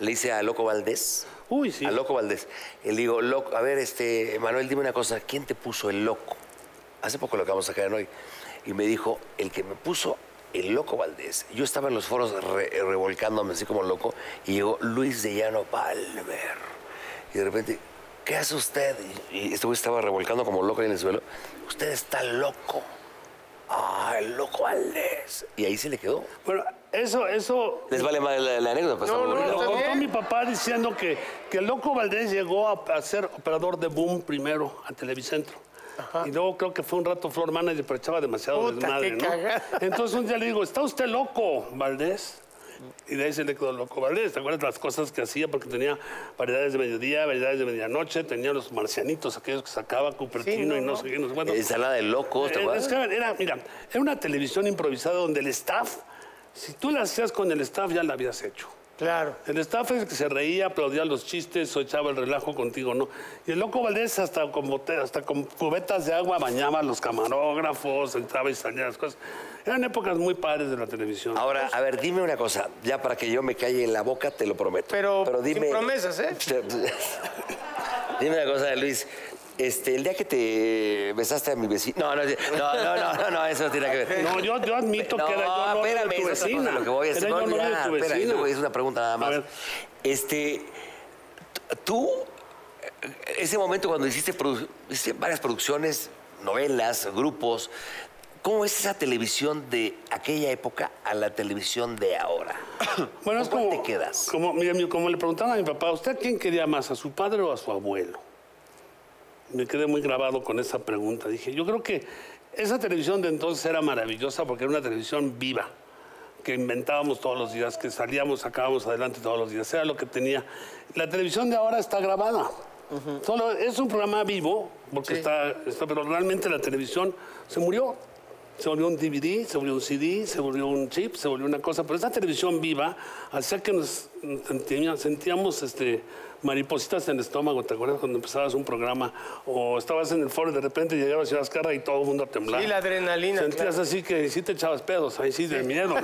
Speaker 1: le hice a Loco Valdés,
Speaker 6: Uy, sí.
Speaker 1: a Loco Valdés, y le digo, loco, a ver, este, Manuel, dime una cosa, ¿quién te puso el loco? Hace poco lo acabamos de sacar en hoy, y me dijo, el que me puso... El loco Valdés. Yo estaba en los foros re- revolcándome así como loco y llegó Luis de Llano Palmer. Y de repente, ¿qué hace usted? Y, y este güey estaba revolcando como loco ahí en el suelo. Usted está loco. Ah, el loco Valdés. Y ahí se le quedó.
Speaker 6: Bueno, eso, eso
Speaker 1: Les vale más la, la anécdota. pues,
Speaker 2: No,
Speaker 1: está
Speaker 2: no,
Speaker 1: aburrido.
Speaker 6: Lo
Speaker 2: está bien.
Speaker 6: contó mi papá diciendo que, que el Loco Valdés llegó a, a ser operador de boom primero a Televicentro. Y luego creo que fue un rato floor manager, pero echaba demasiado
Speaker 2: Puta,
Speaker 6: desmadre,
Speaker 2: qué
Speaker 6: ¿no?
Speaker 2: cagada.
Speaker 6: Entonces un día le digo, ¿está usted loco, Valdés? Y de ahí se le quedó loco Valdés. ¿Te acuerdas las cosas que hacía? Porque tenía variedades de mediodía, variedades de medianoche, tenía los marcianitos, aquellos que sacaba, Cupertino y no, sé qué, no sé cuánto.
Speaker 1: Ensalada de locos, ¿te
Speaker 6: Eh,
Speaker 1: acuerdas?
Speaker 6: es que, a ver, era, mira, era una televisión improvisada donde el staff, si tú la hacías con el staff, ya la habías hecho.
Speaker 2: Claro.
Speaker 6: El staff es el que se reía, aplaudía los chistes o echaba el relajo contigo, ¿no? Y el loco Valdés hasta con, bote- hasta con cubetas de agua bañaba a los camarógrafos, entraba y salía las cosas. Eran épocas muy padres de la televisión.
Speaker 1: Ahora, a ver, dime una cosa, ya para que yo me calle en la boca, te lo prometo.
Speaker 2: Pero sin promesas, ¿eh?
Speaker 1: dime una cosa, Luis. Este, el día que te besaste a mi vecino. No, no, no, no, no, no, no, eso no tiene nada que ver.
Speaker 6: No, yo, yo admito que era yo novio
Speaker 1: espérame,
Speaker 6: de tu
Speaker 1: es otra cosa
Speaker 6: vecina.
Speaker 1: Lo que voy a hacer,
Speaker 6: Era
Speaker 1: me voy
Speaker 6: yo
Speaker 1: a
Speaker 6: novio de
Speaker 1: olvidar,
Speaker 6: tu
Speaker 1: espera,
Speaker 6: vecina.
Speaker 1: yo voy a hacer una pregunta nada más.
Speaker 6: ver.
Speaker 1: Este, t- tú, eh, ese momento cuando hiciste, produ- hiciste varias producciones, novelas, grupos, ¿cómo es esa televisión de aquella época a la televisión de ahora?
Speaker 6: Bueno, es
Speaker 1: ¿Con
Speaker 6: como,
Speaker 1: cuál te quedas?
Speaker 6: Como, mira, mi- como le preguntaban a mi papá, ¿usted a quién quería más, a su padre o a su abuelo? me quedé muy grabado con esa pregunta. Dije, yo creo que esa televisión de entonces era maravillosa porque era una televisión viva, que inventábamos todos los días, que salíamos, sacábamos adelante todos los días. Era lo que tenía. La televisión de ahora está grabada. Solo es un programa vivo, porque está, está, pero realmente la televisión se murió. Se volvió un DVD, se volvió un CD, se volvió un chip, se volvió una cosa. Pero esa televisión viva hacía que nos sentíamos, sentíamos, este, maripositas en el estómago. ¿Te acuerdas cuando empezabas un programa? O estabas en el foro y de repente llegabas a Azcarra y todo el mundo a temblar.
Speaker 2: Sí, la adrenalina,
Speaker 6: Sentías
Speaker 2: claro.
Speaker 6: así que sí te echabas pedos, ahí sí de miedo.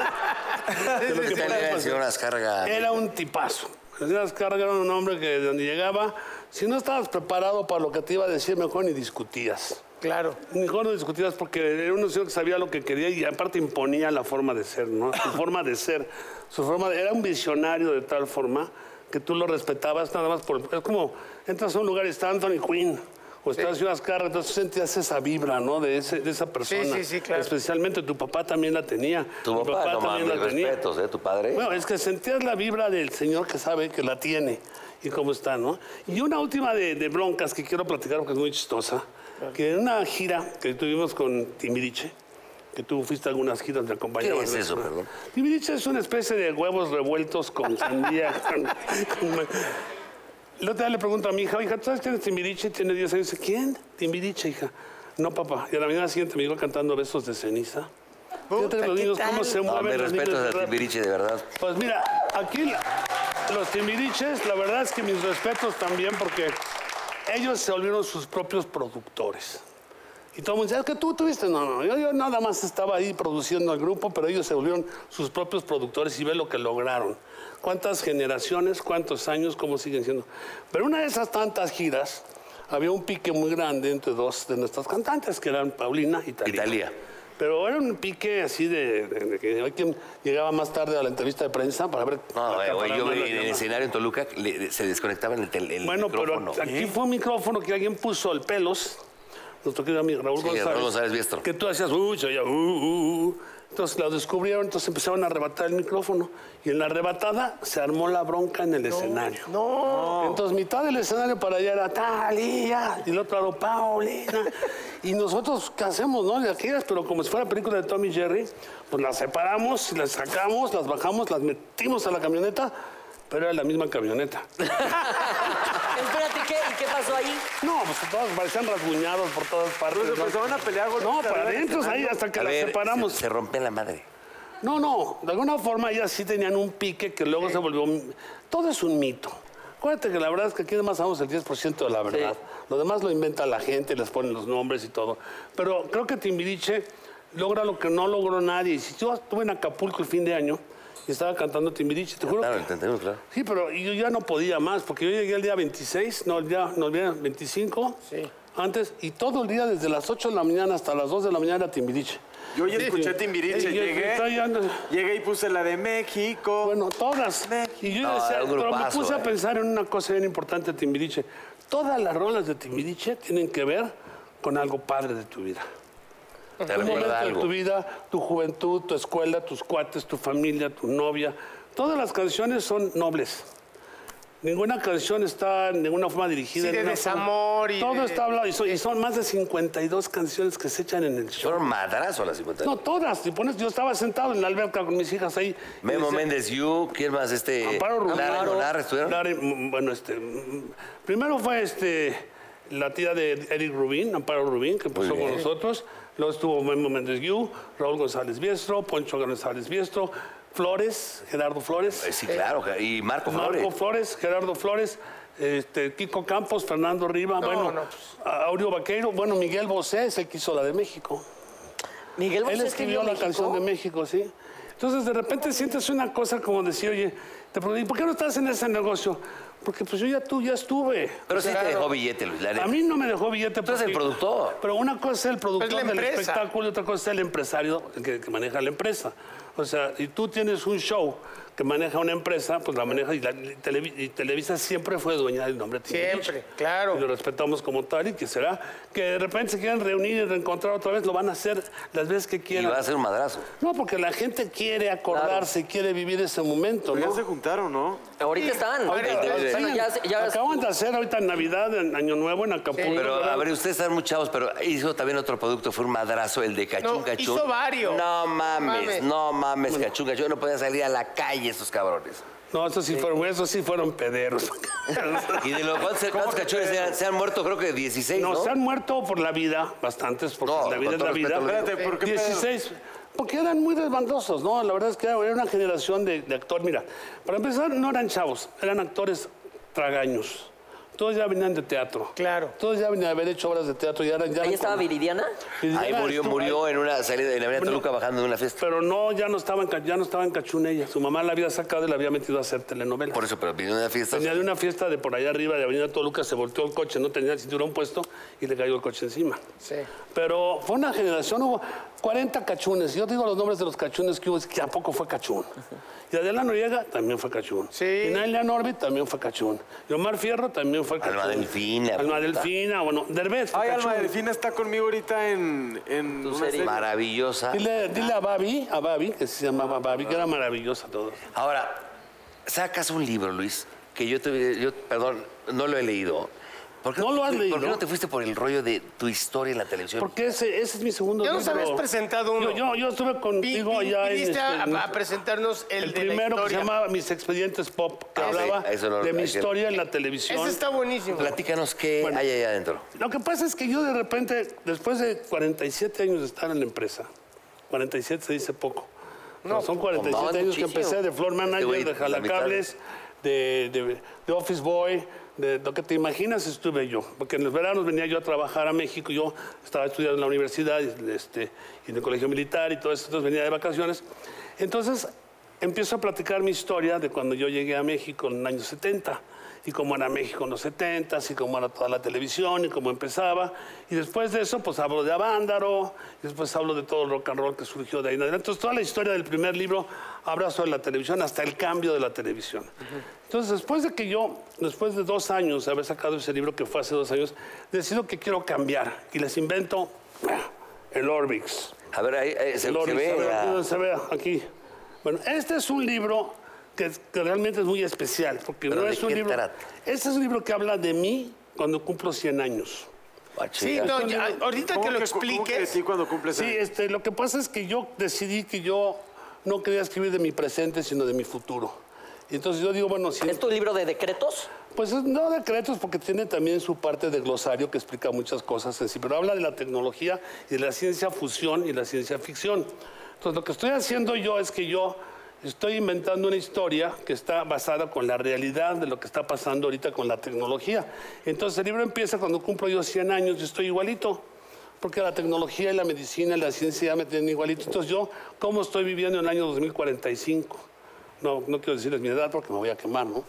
Speaker 6: De lo que
Speaker 1: Él
Speaker 6: podía
Speaker 1: era el
Speaker 6: pasar.
Speaker 1: señor Azcárraga.
Speaker 6: Era un tipazo. Las cargas era un hombre que de donde llegaba, si no estabas preparado para lo que te iba a decir, mejor ni discutías.
Speaker 2: Claro.
Speaker 6: Mejor no discutías porque era un señor que sabía lo que quería y aparte imponía la forma de ser, ¿no? Su forma de ser. Su forma de- Era un visionario de tal forma que tú lo respetabas nada más por... Es como entras a un lugar y está Anthony Quinn o estás en unas cargas, entonces sentías esa vibra, ¿no? De, ese- de esa persona.
Speaker 2: sí, sí, claro.
Speaker 6: Especialmente tu papá también la tenía.
Speaker 1: Tu
Speaker 6: Mi
Speaker 1: papá, no mames, mis respetos, ¿eh? Tu padre.
Speaker 6: bueno, es que sentías la vibra del señor que sabe que la tiene y cómo está, ¿no? Y una última de, de broncas que quiero platicar porque es muy chistosa. Que en una gira que tuvimos con Timbiriche, que tú fuiste a algunas giras de acompañado.
Speaker 1: ¿Qué es eso, perdón?
Speaker 6: Timbiriche es una especie de huevos revueltos con sandía. con- con ma- el otro día le pregunto a mi hija, hija, ¿tú sabes quién es Timbiriche? Tiene 10 años. Dice, ¿quién? Timbiriche, hija. No, papá. Y a la mañana siguiente me llegó cantando Besos de Ceniza. Fíjate los niños, cómo se
Speaker 1: No,
Speaker 6: mueven
Speaker 1: me
Speaker 6: los niños
Speaker 1: respeto
Speaker 6: de
Speaker 1: a
Speaker 6: verdad.
Speaker 1: Timbiriche, de verdad.
Speaker 6: Pues mira, aquí la- los timbiriches, la verdad es que mis respetos también porque ellos se volvieron sus propios productores. Y todo el mundo decía, "Es que tú tuviste, no, no, yo, yo nada más estaba ahí produciendo al grupo, pero ellos se volvieron sus propios productores y ve lo que lograron. Cuántas generaciones, cuántos años, cómo siguen siendo. Pero una de esas tantas giras, había un pique muy grande entre dos de nuestras cantantes, que eran Paulina y Talía.
Speaker 1: Talía.
Speaker 6: Pero era un pique así de, de- de que hay quien llegaba más tarde a la entrevista de prensa para ver...
Speaker 1: No,
Speaker 6: para
Speaker 1: eh, güey,
Speaker 6: acaparar
Speaker 1: yo
Speaker 6: más
Speaker 1: vi
Speaker 6: la
Speaker 1: en el
Speaker 6: llamada.
Speaker 1: escenario en Toluca le- se desconectaba el, tel- el
Speaker 6: Bueno,
Speaker 1: micrófono.
Speaker 6: pero aquí fue un micrófono que alguien puso al pelos, nuestro querido amigo Raúl
Speaker 1: Sí,
Speaker 6: González.
Speaker 1: Raúl González Biestro.
Speaker 6: Que tú hacías, uy, yo ya, uh, uh, uh". Entonces lo descubrieron, entonces empezaron a arrebatar el micrófono. Y en la arrebatada se armó la bronca en el escenario. No. Entonces mitad del escenario para allá era Talía, y el otro lado Paulina. y nosotros, ¿qué hacemos, no? Las giras, pero como si fuera película de Tommy Jerry, pues las separamos, las sacamos, las bajamos, las metimos a la camioneta, pero era la misma camioneta.
Speaker 3: Espérate, ¿qué, ¿y qué pasó ahí?
Speaker 6: No, pues todos parecían rasguñados por todas partes.
Speaker 4: Entonces Pues, empezaron a pelear a golpes
Speaker 6: No,
Speaker 4: arriba
Speaker 6: para
Speaker 4: del
Speaker 6: adentro, ahí
Speaker 4: escenario.
Speaker 6: hasta que
Speaker 1: A
Speaker 6: las
Speaker 1: ver,
Speaker 6: separamos.
Speaker 1: Se, se rompe la madre.
Speaker 6: No, no, de alguna forma ellas sí tenían un pique que luego se volvió... un- Todo es un mito. Acuérdate que la verdad es que aquí además damos el 10% de la verdad. Lo demás lo inventa la gente, les ponen los nombres y todo. Pero creo que Timbiriche logra lo que no logró nadie. Y si yo estuve en Acapulco el fin de año y estaba cantando Timbiriche, te juro
Speaker 1: Claro,
Speaker 6: que
Speaker 1: entendemos, claro.
Speaker 6: Sí, pero yo ya no podía más, porque yo llegué el día 26, no, el día, no, el día 25, antes, y todo el día, desde las 8 de la mañana hasta las 2 de la mañana, Timbiriche.
Speaker 4: Yo hoy escuché Timbiriche,
Speaker 6: Y yo estaba
Speaker 4: llegué,
Speaker 6: ya-
Speaker 4: llegué y puse la de México.
Speaker 6: Bueno, todas. Y yo
Speaker 1: No,
Speaker 6: decía,
Speaker 1: era un
Speaker 6: pero me
Speaker 1: grupazo,
Speaker 6: puse
Speaker 1: eh.
Speaker 6: a pensar en una cosa bien importante de Timbiriche. Todas las rolas de Timbiriche tienen que ver con algo padre de tu vida.
Speaker 1: Te
Speaker 6: Un momento
Speaker 1: recuerda
Speaker 6: de tu
Speaker 1: algo.
Speaker 6: vida, tu juventud, tu escuela, tus cuates, tu familia, tu novia. Todas las canciones son nobles. Ninguna canción está en ninguna forma dirigida.
Speaker 2: Sí,
Speaker 6: en
Speaker 2: de
Speaker 6: una
Speaker 2: desamor y
Speaker 6: Todo
Speaker 2: de-
Speaker 6: está hablado. Y son, y son más de 52 canciones que se echan en el show.
Speaker 1: Fueron madrazo a las 50.
Speaker 6: No, todas. Si pones, yo estaba sentado en la alberca con mis hijas ahí. y
Speaker 1: Memo
Speaker 6: decía,
Speaker 1: Méndez, you, ¿quién más? Este,
Speaker 6: Amparo
Speaker 1: Lara
Speaker 6: Rubio.
Speaker 1: Lara, ¿estuvieron?
Speaker 6: Lara, mm, bueno, este. mm, Primero fue este. La tía de Eric Rubín, Amparo Rubín, que empezó con nosotros. Luego estuvo Memo Méndez Guiú, Raúl González Biestro, Poncho González Biestro, Flores, Gerardo Flores.
Speaker 1: Eh, Sí, claro. Y Marco Flores.
Speaker 6: Marco Flores, Gerardo Flores, este, Kiko Campos, Fernando Riva, bueno, a- Aureo Vaqueiro, bueno, Miguel Bosé es el que hizo la de México.
Speaker 3: Miguel Bosé
Speaker 6: Él escribió la canción de México, sí. Entonces, de repente sientes una cosa como decir, oye, te pregunto, ¿y por qué no estás en ese negocio? Porque pues yo ya, tú, ya estuve.
Speaker 1: Pero sí te dejó billete, Luis. La neta.
Speaker 6: A mí no me dejó billete.
Speaker 1: eres el productor.
Speaker 6: Pero una cosa es el productor
Speaker 2: la
Speaker 6: del
Speaker 2: empresa.
Speaker 6: espectáculo y otra cosa es el empresario que, que maneja la empresa. O sea, y tú tienes un show que maneja una empresa, pues la maneja y, la- y Televi- y Televisa siempre fue dueña del nombre. Timbiriche.
Speaker 2: Siempre, claro.
Speaker 6: Y lo respetamos como tal y que será que de repente se quieran reunir y reencontrar otra vez, lo van a hacer las veces que
Speaker 1: Y
Speaker 6: quieran.
Speaker 1: va a ser un madrazo.
Speaker 6: No, porque la gente quiere acordarse, quiere vivir ese momento,
Speaker 4: Pero
Speaker 6: ¿no?
Speaker 4: ya se juntaron, ¿no?
Speaker 7: Ahorita están.
Speaker 6: Ahorita,
Speaker 7: Ahorita- bueno,
Speaker 6: sí,
Speaker 7: ya, ya-
Speaker 6: Acaban de hacer ahorita en Navidad, en Año Nuevo, en Acapulco.
Speaker 1: Pero,
Speaker 6: ¿verdad?
Speaker 1: a ver, ustedes están muy chavos, pero hizo también otro producto, fue un madrazo, el de Cachún
Speaker 2: No,
Speaker 1: Cachún.
Speaker 2: hizo varios.
Speaker 1: No mames,
Speaker 2: Mames.
Speaker 1: no mames, Cachún Cachún. No podían salir a la calle esos cabrones.
Speaker 6: No, esos sí, fueron, esos sí fueron pederos.
Speaker 1: Y de los cuántos, cuántos cachunes se han, se han muerto, creo que 16, ¿no?
Speaker 6: No, se han muerto por la vida, bastantes, porque
Speaker 1: No,
Speaker 6: la vida
Speaker 1: con
Speaker 6: es
Speaker 1: todo
Speaker 6: la vida.
Speaker 1: respeto lo
Speaker 4: Espérate, ¿por qué
Speaker 6: 16. Porque eran muy desbandosos, ¿no? La verdad es que era una generación de, de actor. Mira, para empezar, no eran chavos, eran actores tragaños. Todos ya venían de teatro.
Speaker 2: Claro.
Speaker 6: Todos ya venían a haber hecho obras de teatro. Ya eran, ya
Speaker 7: ahí
Speaker 6: eran
Speaker 7: estaba
Speaker 6: como-
Speaker 7: Viridiana.
Speaker 6: y ya
Speaker 1: Ahí
Speaker 6: eran
Speaker 1: murió,
Speaker 6: estu-
Speaker 1: murió en una salida de la avenida Toluca bajando de una fiesta.
Speaker 6: Pero no, ya no estaba en, Ca- ya no estaba en Cachún ella. Su mamá la había sacado y la había metido a hacer telenovela.
Speaker 1: Por eso, pero vino de una fiesta.
Speaker 6: Venía de una fiesta de por allá arriba de Avenida Toluca, se volteó el coche, no tenía el cinturón puesto y le cayó el coche encima.
Speaker 2: Sí.
Speaker 6: Pero fue una generación, hubo 40 cachunes. Yo digo los nombres de los cachunes que hubo, es que a poco fue cachún. Y Adela Noriega también fue cachún.
Speaker 2: Sí.
Speaker 6: Y Naila Norby también fue cachún. Y Omar Fierro también fue cachún.
Speaker 1: Alma Delfina,
Speaker 6: Alma
Speaker 1: puta.
Speaker 6: Delfina, bueno, Derbez fue
Speaker 4: Ay, Alma
Speaker 6: cachún.
Speaker 4: Delfina está conmigo ahorita en, en una
Speaker 7: serie.
Speaker 4: serie.
Speaker 1: Maravillosa.
Speaker 6: Dile, dile a Babi, a Babi, que se llamaba Babi, que era maravillosa todo.
Speaker 1: Ahora, sacas un libro, Luis, que yo te. Yo, perdón, no lo he leído. ¿Por qué
Speaker 6: No lo has
Speaker 1: por qué
Speaker 6: leído.
Speaker 1: no te fuiste por el rollo de tu historia en la televisión?
Speaker 6: Porque ese, ese es mi segundo
Speaker 2: Ya
Speaker 6: libro.
Speaker 2: nos habías presentado uno.
Speaker 6: Yo, yo, yo estuve
Speaker 2: Vi-
Speaker 6: contigo
Speaker 2: vi-
Speaker 6: allá en...
Speaker 2: viniste a,
Speaker 6: este, en-
Speaker 2: a presentarnos el,
Speaker 6: El
Speaker 2: de la
Speaker 6: primero que se
Speaker 2: historia.
Speaker 6: llamaba Mis Expedientes Pop, que
Speaker 1: Ah, sí,
Speaker 6: hablaba
Speaker 1: eso lo-
Speaker 6: de mi
Speaker 1: hay que-
Speaker 6: historia en la televisión.
Speaker 2: Ese está buenísimo.
Speaker 1: Platícanos qué
Speaker 6: Bueno.
Speaker 1: hay allá adentro.
Speaker 6: Lo que pasa es que yo de repente, después de 47 años de estar en la empresa, 47 se dice poco. No, son 47
Speaker 7: no, es
Speaker 6: años que
Speaker 7: muchísimo.
Speaker 6: empecé de floor manager,
Speaker 1: güey,
Speaker 6: de
Speaker 1: la mitad.
Speaker 6: jalacables, de, de- de office boy, de lo que te imaginas estuve yo. Porque en los veranos venía yo a trabajar a México, yo estaba estudiando en la universidad y, este, y en el colegio militar y todo eso, entonces venía de vacaciones. Entonces empiezo a platicar mi historia de cuando yo llegué a México en el año 70 y cómo era México en los 70 y cómo era toda la televisión y cómo empezaba. Y después de eso, pues hablo de Avándaro, y después hablo de todo el rock and roll que surgió de ahí en adelante. Entonces, toda la historia del primer libro habla sobre la televisión, hasta el cambio de la televisión. Entonces, después de que yo, después de dos años de haber sacado ese libro que fue hace dos años, decido que quiero cambiar y les invento el Orbix.
Speaker 1: A ver, ahí, ahí se, se
Speaker 6: El Orbix,
Speaker 1: ve.
Speaker 6: a ver,
Speaker 1: la-
Speaker 6: aquí donde se ve, aquí. Bueno, este es un libro que, que realmente es muy especial, porque
Speaker 1: ¿Pero
Speaker 6: no
Speaker 1: de
Speaker 6: es un
Speaker 1: qué
Speaker 6: libro...
Speaker 1: trata?
Speaker 6: Este es un libro que habla de mí cuando cumplo 100 años.
Speaker 1: Ah,
Speaker 2: Sí,
Speaker 1: chinga.
Speaker 2: no, ya, ahorita
Speaker 4: ¿Cómo
Speaker 2: que lo
Speaker 4: cu- cómo que
Speaker 2: expliques.
Speaker 4: sí cuando
Speaker 1: Pues,
Speaker 4: cumples
Speaker 6: Sí,
Speaker 1: eh.
Speaker 4: años?
Speaker 6: este, lo que pasa es que yo decidí que yo no quería escribir de mi presente, sino de mi futuro. Y entonces yo digo, bueno, si...
Speaker 7: ¿Es tu libro de decretos?
Speaker 6: Pues es- no decretos, porque tiene también su parte de glosario que explica muchas cosas en sí, pero habla de la tecnología y de la ciencia fusión y la ciencia ficción. Entonces, lo que estoy haciendo yo es que yo estoy inventando una historia que está basada con la realidad de lo que está pasando ahorita con la tecnología. Entonces, el libro empieza cuando cumplo yo 100 años y estoy igualito. Porque la tecnología y la medicina y la ciencia ya me tienen igualito. Entonces, yo, ¿cómo estoy viviendo en el año 2045? No, no quiero decirles mi edad porque me voy a quemar, ¿no?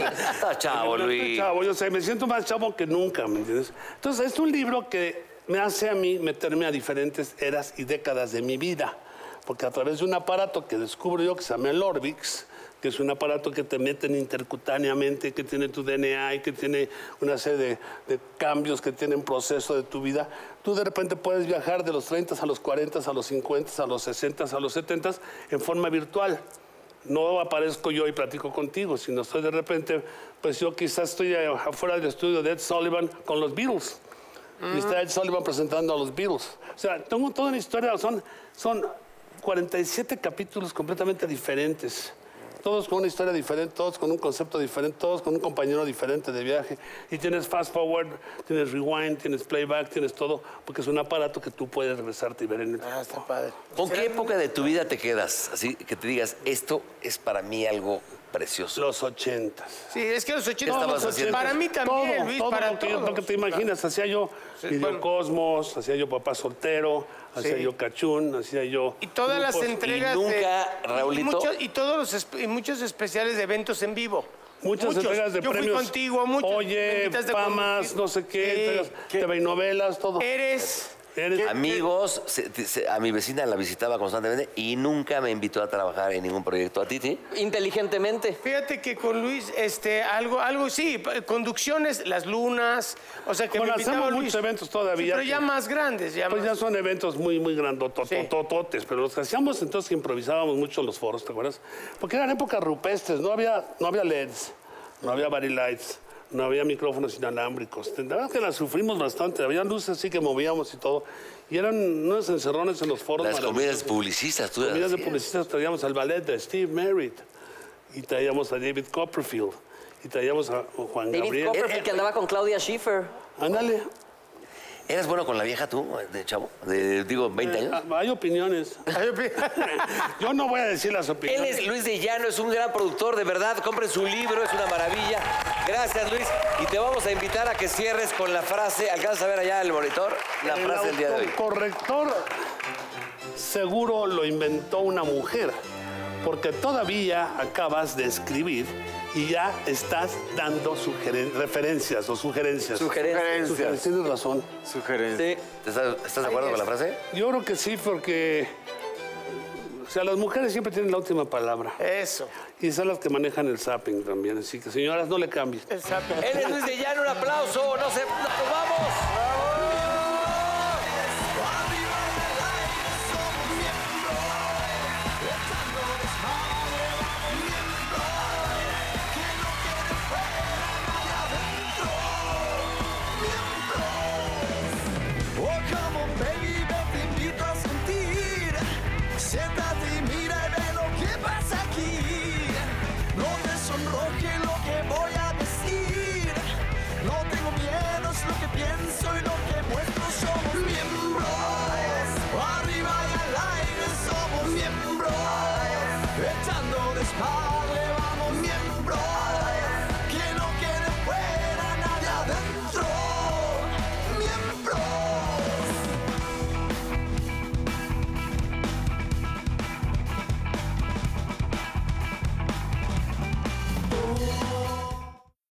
Speaker 1: Está chavo,
Speaker 6: Yo estoy
Speaker 1: Luis.
Speaker 6: chavo, yo sé, me siento más chavo que nunca, ¿me entiendes? Entonces, es un libro que me hace a mí meterme a diferentes eras y décadas de mi vida. Porque a través de un aparato que descubro yo que se llama el Orbix, que es un aparato que te meten intercutáneamente, que tiene tu DNA y que tiene una serie de, de cambios que tienen proceso de tu vida, tú de repente puedes viajar de los 30 a los 40, a los 50, a los 60, a los 70 en forma virtual no aparezco yo y platico contigo, sino estoy de repente, pues yo quizás estoy eh, afuera del estudio de Ed Sullivan con los Beatles. Y está Ed Sullivan presentando a los Beatles. O sea, tengo toda una historia, son, son 47 capítulos completamente diferentes. Todos con una historia diferente, todos con un concepto diferente, todos con un compañero diferente de viaje. Y tienes fast forward, tienes rewind, tienes playback, tienes todo, porque es un aparato que tú puedes regresarte y ver en el
Speaker 2: Ah, está padre.
Speaker 1: ¿Con qué época de tu vida te quedas? Así que te digas, esto es para mí algo precioso.
Speaker 6: Los ochentas.
Speaker 2: Sí, es que los 80
Speaker 1: estabas
Speaker 2: los 80.
Speaker 1: haciendo?
Speaker 2: Para mí también,
Speaker 6: Todo,
Speaker 2: Luis,
Speaker 6: todo
Speaker 2: para
Speaker 6: lo que,
Speaker 2: todos.
Speaker 6: lo que te imaginas. Hacía yo Videocosmos, hacía yo Papá Soltero, hacía
Speaker 2: Sí.
Speaker 6: yo Cachún, hacía yo...
Speaker 2: Y todas las
Speaker 6: grupos.
Speaker 2: entregas.
Speaker 1: Y
Speaker 2: de-
Speaker 1: nunca, Raulito.
Speaker 2: Y, muchos, y todos los espe- y muchos especiales de eventos en vivo.
Speaker 6: Muchas entregas de
Speaker 2: Yo
Speaker 6: premios.
Speaker 2: fui contigo, muchos. me
Speaker 6: Oye,
Speaker 2: invitaste a
Speaker 6: famas,
Speaker 2: conducir.
Speaker 6: no sé qué,
Speaker 2: Sí.
Speaker 6: entregas, TV y novelas, todo.
Speaker 2: Eres.
Speaker 6: Eres-
Speaker 1: Amigos, se- te- se- a mi vecina la visitaba constantemente y nunca me invitó a trabajar en ningún proyecto. ¿A ti, sí?
Speaker 7: Inteligentemente.
Speaker 2: Fíjate que con Luis, este, algo, algo, sí, pa- conducciones, las lunas, o sea que
Speaker 6: Bueno,
Speaker 2: me invitaba
Speaker 6: hacemos
Speaker 2: Luis.
Speaker 6: muchos eventos todavía.
Speaker 2: Sí, pero ya
Speaker 6: que-
Speaker 2: más grandes, ya
Speaker 6: Pues
Speaker 2: más.
Speaker 6: ya son eventos muy, muy grandototototes, pero los que hacíamos entonces que improvisábamos mucho los foros, ¿te acuerdas? Porque eran épocas rupestres, no había, no había LEDs, no había body lights, no había micrófonos inalámbricos. La verdad que las sufrimos bastante, había luces así que movíamos y todo. Y eran unos encerrones en los foros.
Speaker 1: Las
Speaker 6: maravillosos.
Speaker 1: comidas publicistas, tú. ¿eh?
Speaker 6: Comidas de
Speaker 1: hacías.
Speaker 6: publicistas traíamos al ballet de Steve Merritt y traíamos a David Copperfield y traíamos a Juan
Speaker 7: David
Speaker 6: Gabriel. Eh,
Speaker 7: Copperfield que andaba con Claudia Schiffer.
Speaker 6: Ándale,
Speaker 1: ¿Eras bueno con la vieja tú, de chavo? De, digo, 20 años.
Speaker 6: Ah, hay opiniones. Yo no voy a decir las
Speaker 1: Él
Speaker 6: opiniones.
Speaker 1: es Luis de Llano, es un gran productor, de verdad. Compren su libro, es una maravilla. Gracias, Luis. Y te vamos a invitar a que cierres con la frase. ¿Alcanza a ver allá el monitor? La
Speaker 6: El
Speaker 1: frase del día de hoy.
Speaker 6: autocorrector seguro lo inventó una mujer, porque todavía acabas de escribir y ya estás dando sugeren- referencias o sugerencias.
Speaker 7: Sugerencias.
Speaker 6: Sugerencias, Tienes razón.
Speaker 4: Sugerencia.
Speaker 7: Sí.
Speaker 1: ¿Te ¿Estás, estás de acuerdo con la frase?
Speaker 6: Yo creo que sí, porque o sea, las mujeres siempre tienen la última palabra
Speaker 2: Eso.
Speaker 6: y son las que manejan el zapping también, así que señoras no le cambien.
Speaker 2: Exacto.
Speaker 1: Él es Luis de Llano, un aplauso. No se... ¡Nos vamos!